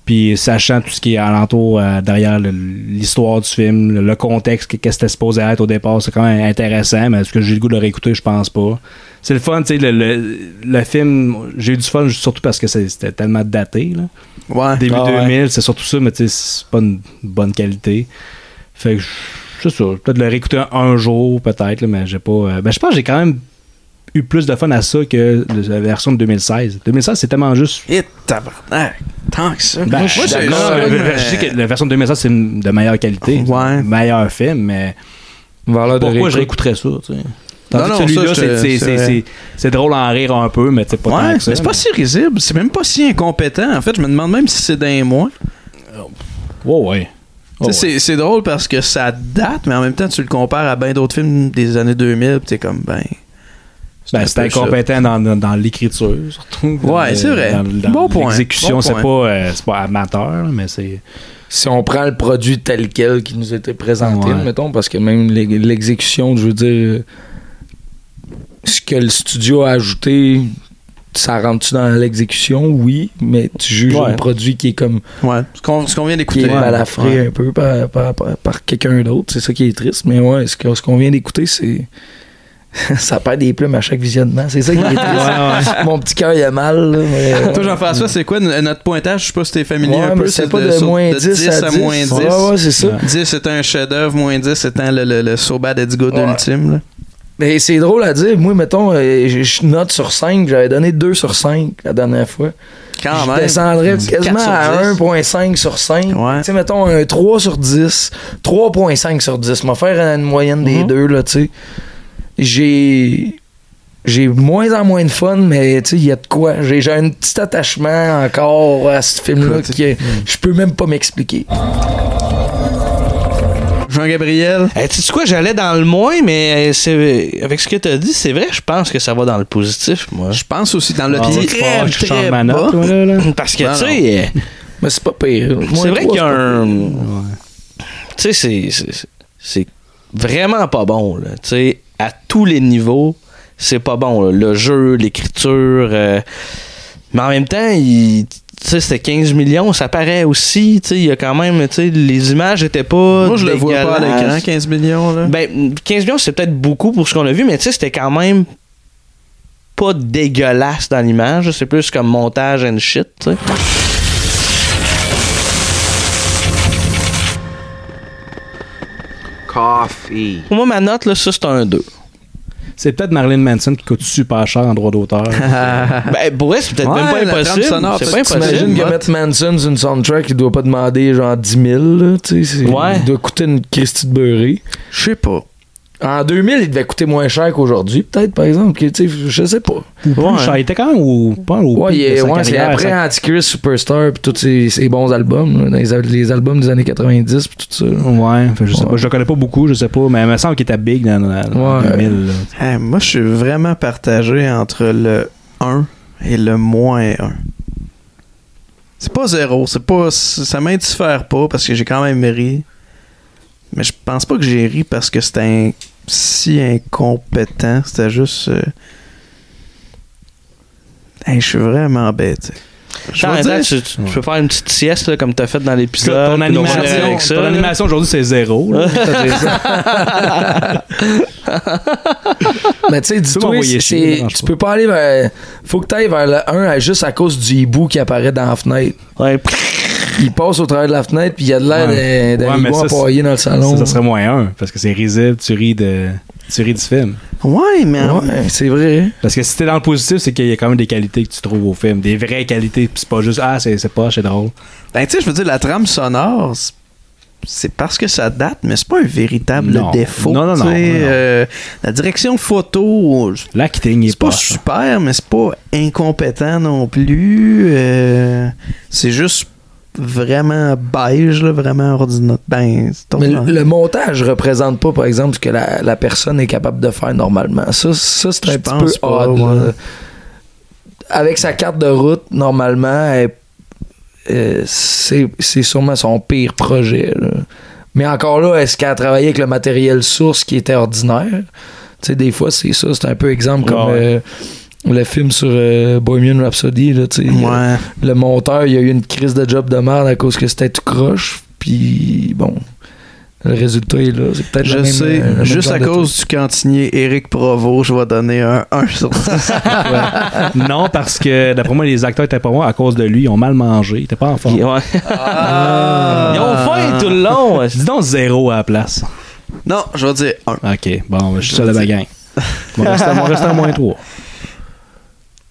Puis sachant tout ce qui est alentour, euh, derrière le- l'histoire du film, le, le contexte, qu'est-ce que c'était supposé être au départ, c'est quand même intéressant, mais est-ce que j'ai le goût de le réécouter? Je pense pas. C'est le fun, tu sais, le, le- le film, j'ai eu du fun surtout parce que c'est- c'était tellement daté, là. Début Ah, ouais. 2000, c'est surtout ça, mais tu sais, c'est pas une bonne qualité. Fait que je- c'est ça. Peut-être le réécouter un, un jour, peut-être, là, mais j'ai pas. euh, ben, je pense que j'ai quand même eu plus de fun à ça que la version de 2016. 2016, c'est tellement juste. Et tabarnak! Tant que ça. Ben, Moi, c'est- d'accord, c'est- mais- je dis que la version de 2016, c'est une- de meilleure qualité. Ouais. Meilleur film, mais. pourquoi réécoute. je réécouterais ça, tu sais? Tandis Non, que non, celui-là, ça, je te- c'est- c'est- c'est c'est- vrai. c'est- c'est drôle à en rire un peu, mais c'est pas tant Ouais, que ça, mais c'est pas mais- si risible. C'est même pas si incompétent. En fait, je me demande même si c'est d'un mois. Ouais, Oh, ouais. Tu sais, c'est- C'est drôle parce que ça date, mais en même temps, tu le compares à bien d'autres films des années 2000, pis t'es comme, ben. Ben, un c'était peu ça. incompétent dans, dans, dans l'écriture, surtout. Dans Ouais, le- c'est vrai. Dans, dans Bon point. L'exécution, Bon c'est point. pas, euh, c'est pas amateur, mais c'est. Si on prend le produit tel quel qui nous était présenté, Ouais. mettons, parce que même l'e- l'exécution, je veux dire, ce que le studio a ajouté, ça rentre-tu dans l'exécution? Oui, mais tu juges Ouais. un produit qui est comme. Ouais, ce qu'on ce qu'on vient qui d'écouter. est balafré Ouais. un peu par, par- par- par quelqu'un d'autre. C'est ça qui est triste. Mais ouais, ce que- ce qu'on vient d'écouter, c'est. [LAUGHS] ça perd des plumes à chaque visionnement. C'est ça qui est triste. [LAUGHS] Ouais, ouais. Mon petit cœur, il a mal. là, mais- Toi, Jean-François, c'est quoi n- notre pointage? Je sais pas si t'es familier Ouais, un mais peu. c'est pas de sur- moins 10 à 10. moins 10. Ouais, ouais, c'est ça. 10 c'est un chef-d'œuvre, moins 10 étant le, le, le so bad it's good Ouais. ultime. là. Mais c'est drôle à dire. Moi, mettons, euh, je je note sur 5. J'avais donné 2 sur 5 la dernière fois. Quand je même. descendrais Mm. quasiment 4 sur à 10. 1.5 sur 5. Tu sais, mettons un 3 sur 10. 3.5 sur 10. M'en faire une moyenne des Mhm. deux, là, tu sais. J'ai... J'ai moins en moins de fun, mais tu sais, il y a de quoi. J'ai j'ai un petit attachement encore à ce film-là que je peux même pas m'expliquer. Jean-Gabriel. Eh, tu sais quoi, j'allais dans le moins, mais euh, c'est- avec ce que t'as dit, c'est vrai, je pense que ça va dans le positif, moi. Je pense aussi dans le Ah, pied. ouais, faut que je change ma note, bas. moi, là, là. [LAUGHS] Parce que, tu sais, euh, Mais c'est pas pire. c'est Moins vrai trois, qu'il y c'est a pas un. Tu sais, c'est- c'est- c'est vraiment pas bon, là. Tu sais, à tous les niveaux, c'est pas bon, là. Le jeu, l'écriture. euh, Mais en même temps, il. Tu sais, c'était 15 millions, ça paraît aussi. Tu sais, il y a quand même. Tu sais, les images étaient pas. Moi, je le vois pas à dégueulasses. l'écran, 15 millions. Là. Ben, 15 millions, c'est peut-être beaucoup pour ce qu'on a vu, mais tu sais, c'était quand même pas dégueulasse dans l'image. C'est plus comme montage and shit, tu sais. Coffee. Pour moi, ma note, là, ça, c'est un 2. C'est peut-être Marilyn Manson qui coûte super cher en droit [LAUGHS] d'auteur. ben, pour vrai, c'est peut-être Ouais, même la pas trame impossible. sonore, C'est tu- pas Ah, T'imagines impossible. que mettre Manson sur une soundtrack, il doit pas demander genre 10 000, là, tu sais. c'est- Ouais. Il doit coûter une Christie de beurrée. Je sais pas. En 2000, il devait coûter moins cher qu'aujourd'hui, peut-être, par exemple. que, tu sais, Je sais pas. Plus cher. Il était quand même au, pas au Ouais, pic il de est- sa ouais, c'est carrière, après ça- Antichrist, Superstar, puis tous ces, ces bons albums, là, dans les, al- les albums des années 90, puis tout ça. Ouais, fait, je sais pas. Je le connais pas beaucoup, je sais pas, mais il me semble qu'il était big dans, Ah, dans Ouais. 2000. là. Eh, moi, je suis vraiment partagé entre le 1 et le moins 1. C'est pas zéro, c'est pas. c'est- Ça m'indiffère pas parce que j'ai quand même ri. Mais je pense pas que j'ai ri parce que c'était un- si incompétent. C'était juste. euh, eh, je suis vraiment bête. Attends, vais attends, dire- tu, tu- tu peux faire une petite sieste, là, comme t'as fait dans l'épisode. Ton puis on va animation, aller avec ça, ton là. animation aujourd'hui, c'est zéro. là. Ça, c'est ça. [LAUGHS] Mais tu sais, peux dis-toi, m'envoyer c'est- chier, ça c'est- dérange tu peux pas aller vers. Faut que t'ailles vers le 1 à- juste à cause du hibou qui apparaît dans la fenêtre. Il passe au travers de la fenêtre, puis il y a de l'air d'un- d'un Ouais, mais hibou ça, c'est- empaillé dans le salon. Ça, ça serait moins un, parce que c'est risible, tu ris de. Tu ris du film. Ouais, mais. Ouais, c'est vrai. Parce que si t'es dans le positif, c'est qu'il y a quand même des qualités que tu trouves au film. Des vraies qualités, pis c'est pas juste Ah, c'est c'est pas, c'est drôle. Ben, tu sais, je veux dire, la trame sonore, c'est- c'est parce que ça date, mais c'est pas un véritable Non. défaut. Non, non, tu non, sais, non. euh, la direction photo, l'acting c'est pas super, mais c'est pas incompétent non plus. euh, c'est juste vraiment beige, là, vraiment ordinaire. Ben, c'est Mais ordinaire. le, le montage représente pas, par exemple, ce que la, la personne est capable de faire normalement. Ça, ça c'est Je un petit peu pense pas, odd. ouais. là. Avec sa carte de route, normalement, elle- euh, c'est c'est sûrement son pire projet. là. Mais encore là, est-ce qu'elle a travaillé avec le matériel source qui était ordinaire? Tu sais, des fois, c'est ça. C'est un peu exemple comme... Ah ouais. euh, le film sur euh, Bohemian Rhapsody, là, tu sais, euh, le monteur, il y a eu une crise de job de merde à cause que c'était tout croche. Puis bon, le résultat est là. C'est peut-être Je le même, sais, euh, le même juste genre à de cause du cantinier Éric Provo, je vais donner un 1 [LAUGHS] sur 10. non, parce que d'après moi, les acteurs étaient pas bons à cause de lui. Ils ont mal mangé. Ils étaient pas en forme. Ah. Ils ont faim tout le long. Dis donc zéro à la place. Non, je vais dire 1. Ok, bon, je suis seul à vais la dire- gang. On va rester- on va rester à moins 3.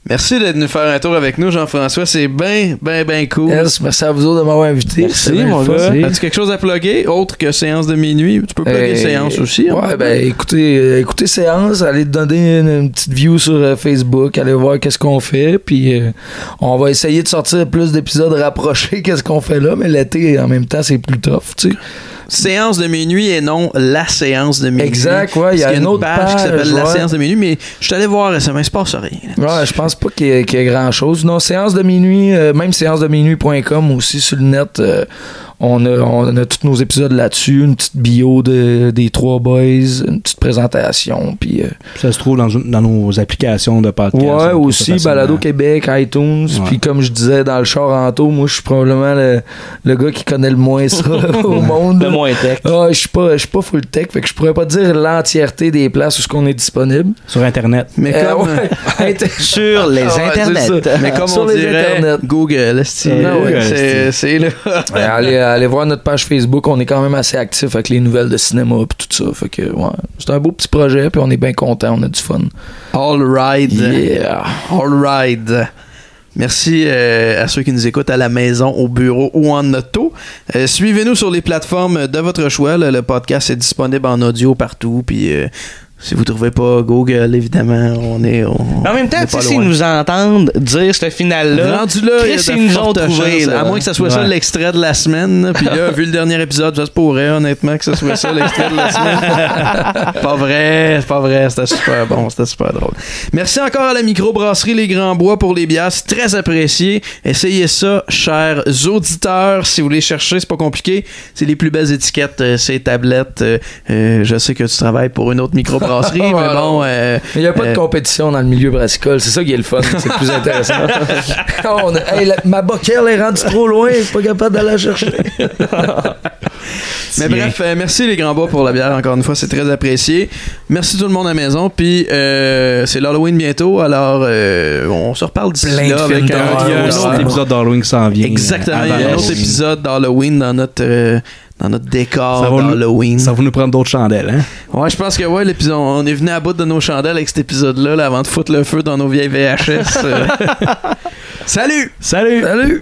Merci d'être venu faire un tour avec nous, Jean-François. C'est bien, bien, bien cool. Yes, merci à vous autres de m'avoir invité. Merci, C'était bien mon le fun. gars. As-tu quelque chose à plugger autre que séance de minuit? Tu peux plugger Euh, séance aussi. hein? Ouais, ben écoutez, euh, écoutez séance, allez donner une, une petite view sur euh, Facebook, allez voir qu'est-ce qu'on fait, puis euh, on va essayer de sortir plus d'épisodes rapprochés [LAUGHS] qu'est-ce qu'on fait là, mais l'été en même temps c'est plus tough, tu sais. Séance de minuit et non la séance de minuit. Exact, ouais, Parce il y a qu'il une autre qui page, s'appelle la ouais. séance de minuit, mais je suis allé voir récemment, il se passe rien. Ouais, je pense pas qu'il y, ait- qu'il y ait grand chose. Non, séance de minuit, euh, même séance de minuit.com aussi sur le net, euh, on, a, on a tous nos épisodes là-dessus, une petite bio de- des trois boys, une petite présentation, puis. euh, Ça se trouve dans, dans nos applications de podcast. Ouais, Donc, aussi, ça, facilement. Balado Québec, iTunes. Ouais. Puis comme je disais dans le char Anto, moi je suis probablement le, le gars qui connaît le moins [LAUGHS] ça au monde. Le moins tech. Ah, je suis pas, je suis pas full tech, fait que je pourrais pas dire l'entièreté des places où ce qu'on est disponible. Sur Internet. Mais Euh, [LAUGHS] comme, ouais. Inter- Sur les Ah ouais, c'est internets. ça. mais comme Sur on les dirait, internets. Google, c'est Euh, ouais, Google, c'est- c'est là. Ouais, allez, allez voir notre page Facebook, on est quand même assez actif avec les nouvelles de cinéma et tout ça. Fait que ouais, c'est un beau petit projet, puis on est bien content, on a du fun. All right. Yeah. All right. Merci euh, à ceux qui nous écoutent à la maison, au bureau ou en auto. Euh, Suivez-nous sur les plateformes de votre choix. là. le podcast est disponible en audio partout. Puis euh, si vous trouvez pas Google, évidemment, on est. on- En même on temps, est tu sais, pas s'ils loin. nous entendent dire ce final-là, Rendu là, il y a Chris, de ils nous ont fortes trouvé. chances, là. À moins que ça soit ça Ouais. l'extrait de la semaine. là. Puis là, vu le dernier épisode, ça se pourrait honnêtement que ce soit ça l'extrait de la semaine. [LAUGHS] pas vrai, c'est pas vrai. C'était super bon, c'était super drôle. Merci encore à la microbrasserie Les Grands Bois pour les bières. C'est très apprécié. Essayez ça, chers auditeurs. Si vous les cherchez, c'est pas compliqué. C'est les plus belles étiquettes, euh, c'est tablettes. Euh, euh, je sais que tu travailles pour une autre [LAUGHS] microbrasserie, mais Voilà. bon. euh, Il n'y a pas euh, de compétition dans le milieu brassicole, c'est ça qui est le fun, c'est [LAUGHS] le plus intéressant. On a- hey, la- ma boquelle est rendue trop loin, je suis pas capable d'aller la chercher. Mais bref, euh, merci les grands bois pour la bière, encore une fois, c'est très apprécié. Merci tout le monde à la maison, puis euh, c'est l'Halloween bientôt, alors euh, on se reparle d'ici Plein de là films avec un, d'horreur il y a un au autre cinéma. épisode. d'Halloween qui s'en vient. euh, Exactement, il y avant a un autre Halloween. épisode d'Halloween dans notre, euh, dans notre Ça décor va nous- d'Halloween. Ça va nous prendre d'autres chandelles, hein? Ouais, je pense que ouais, l'épisode, on est venu à bout de nos chandelles avec cet épisode-là, là, avant de foutre le feu dans nos vieilles VHS. [LAUGHS] euh. Salut! Salut! Salut!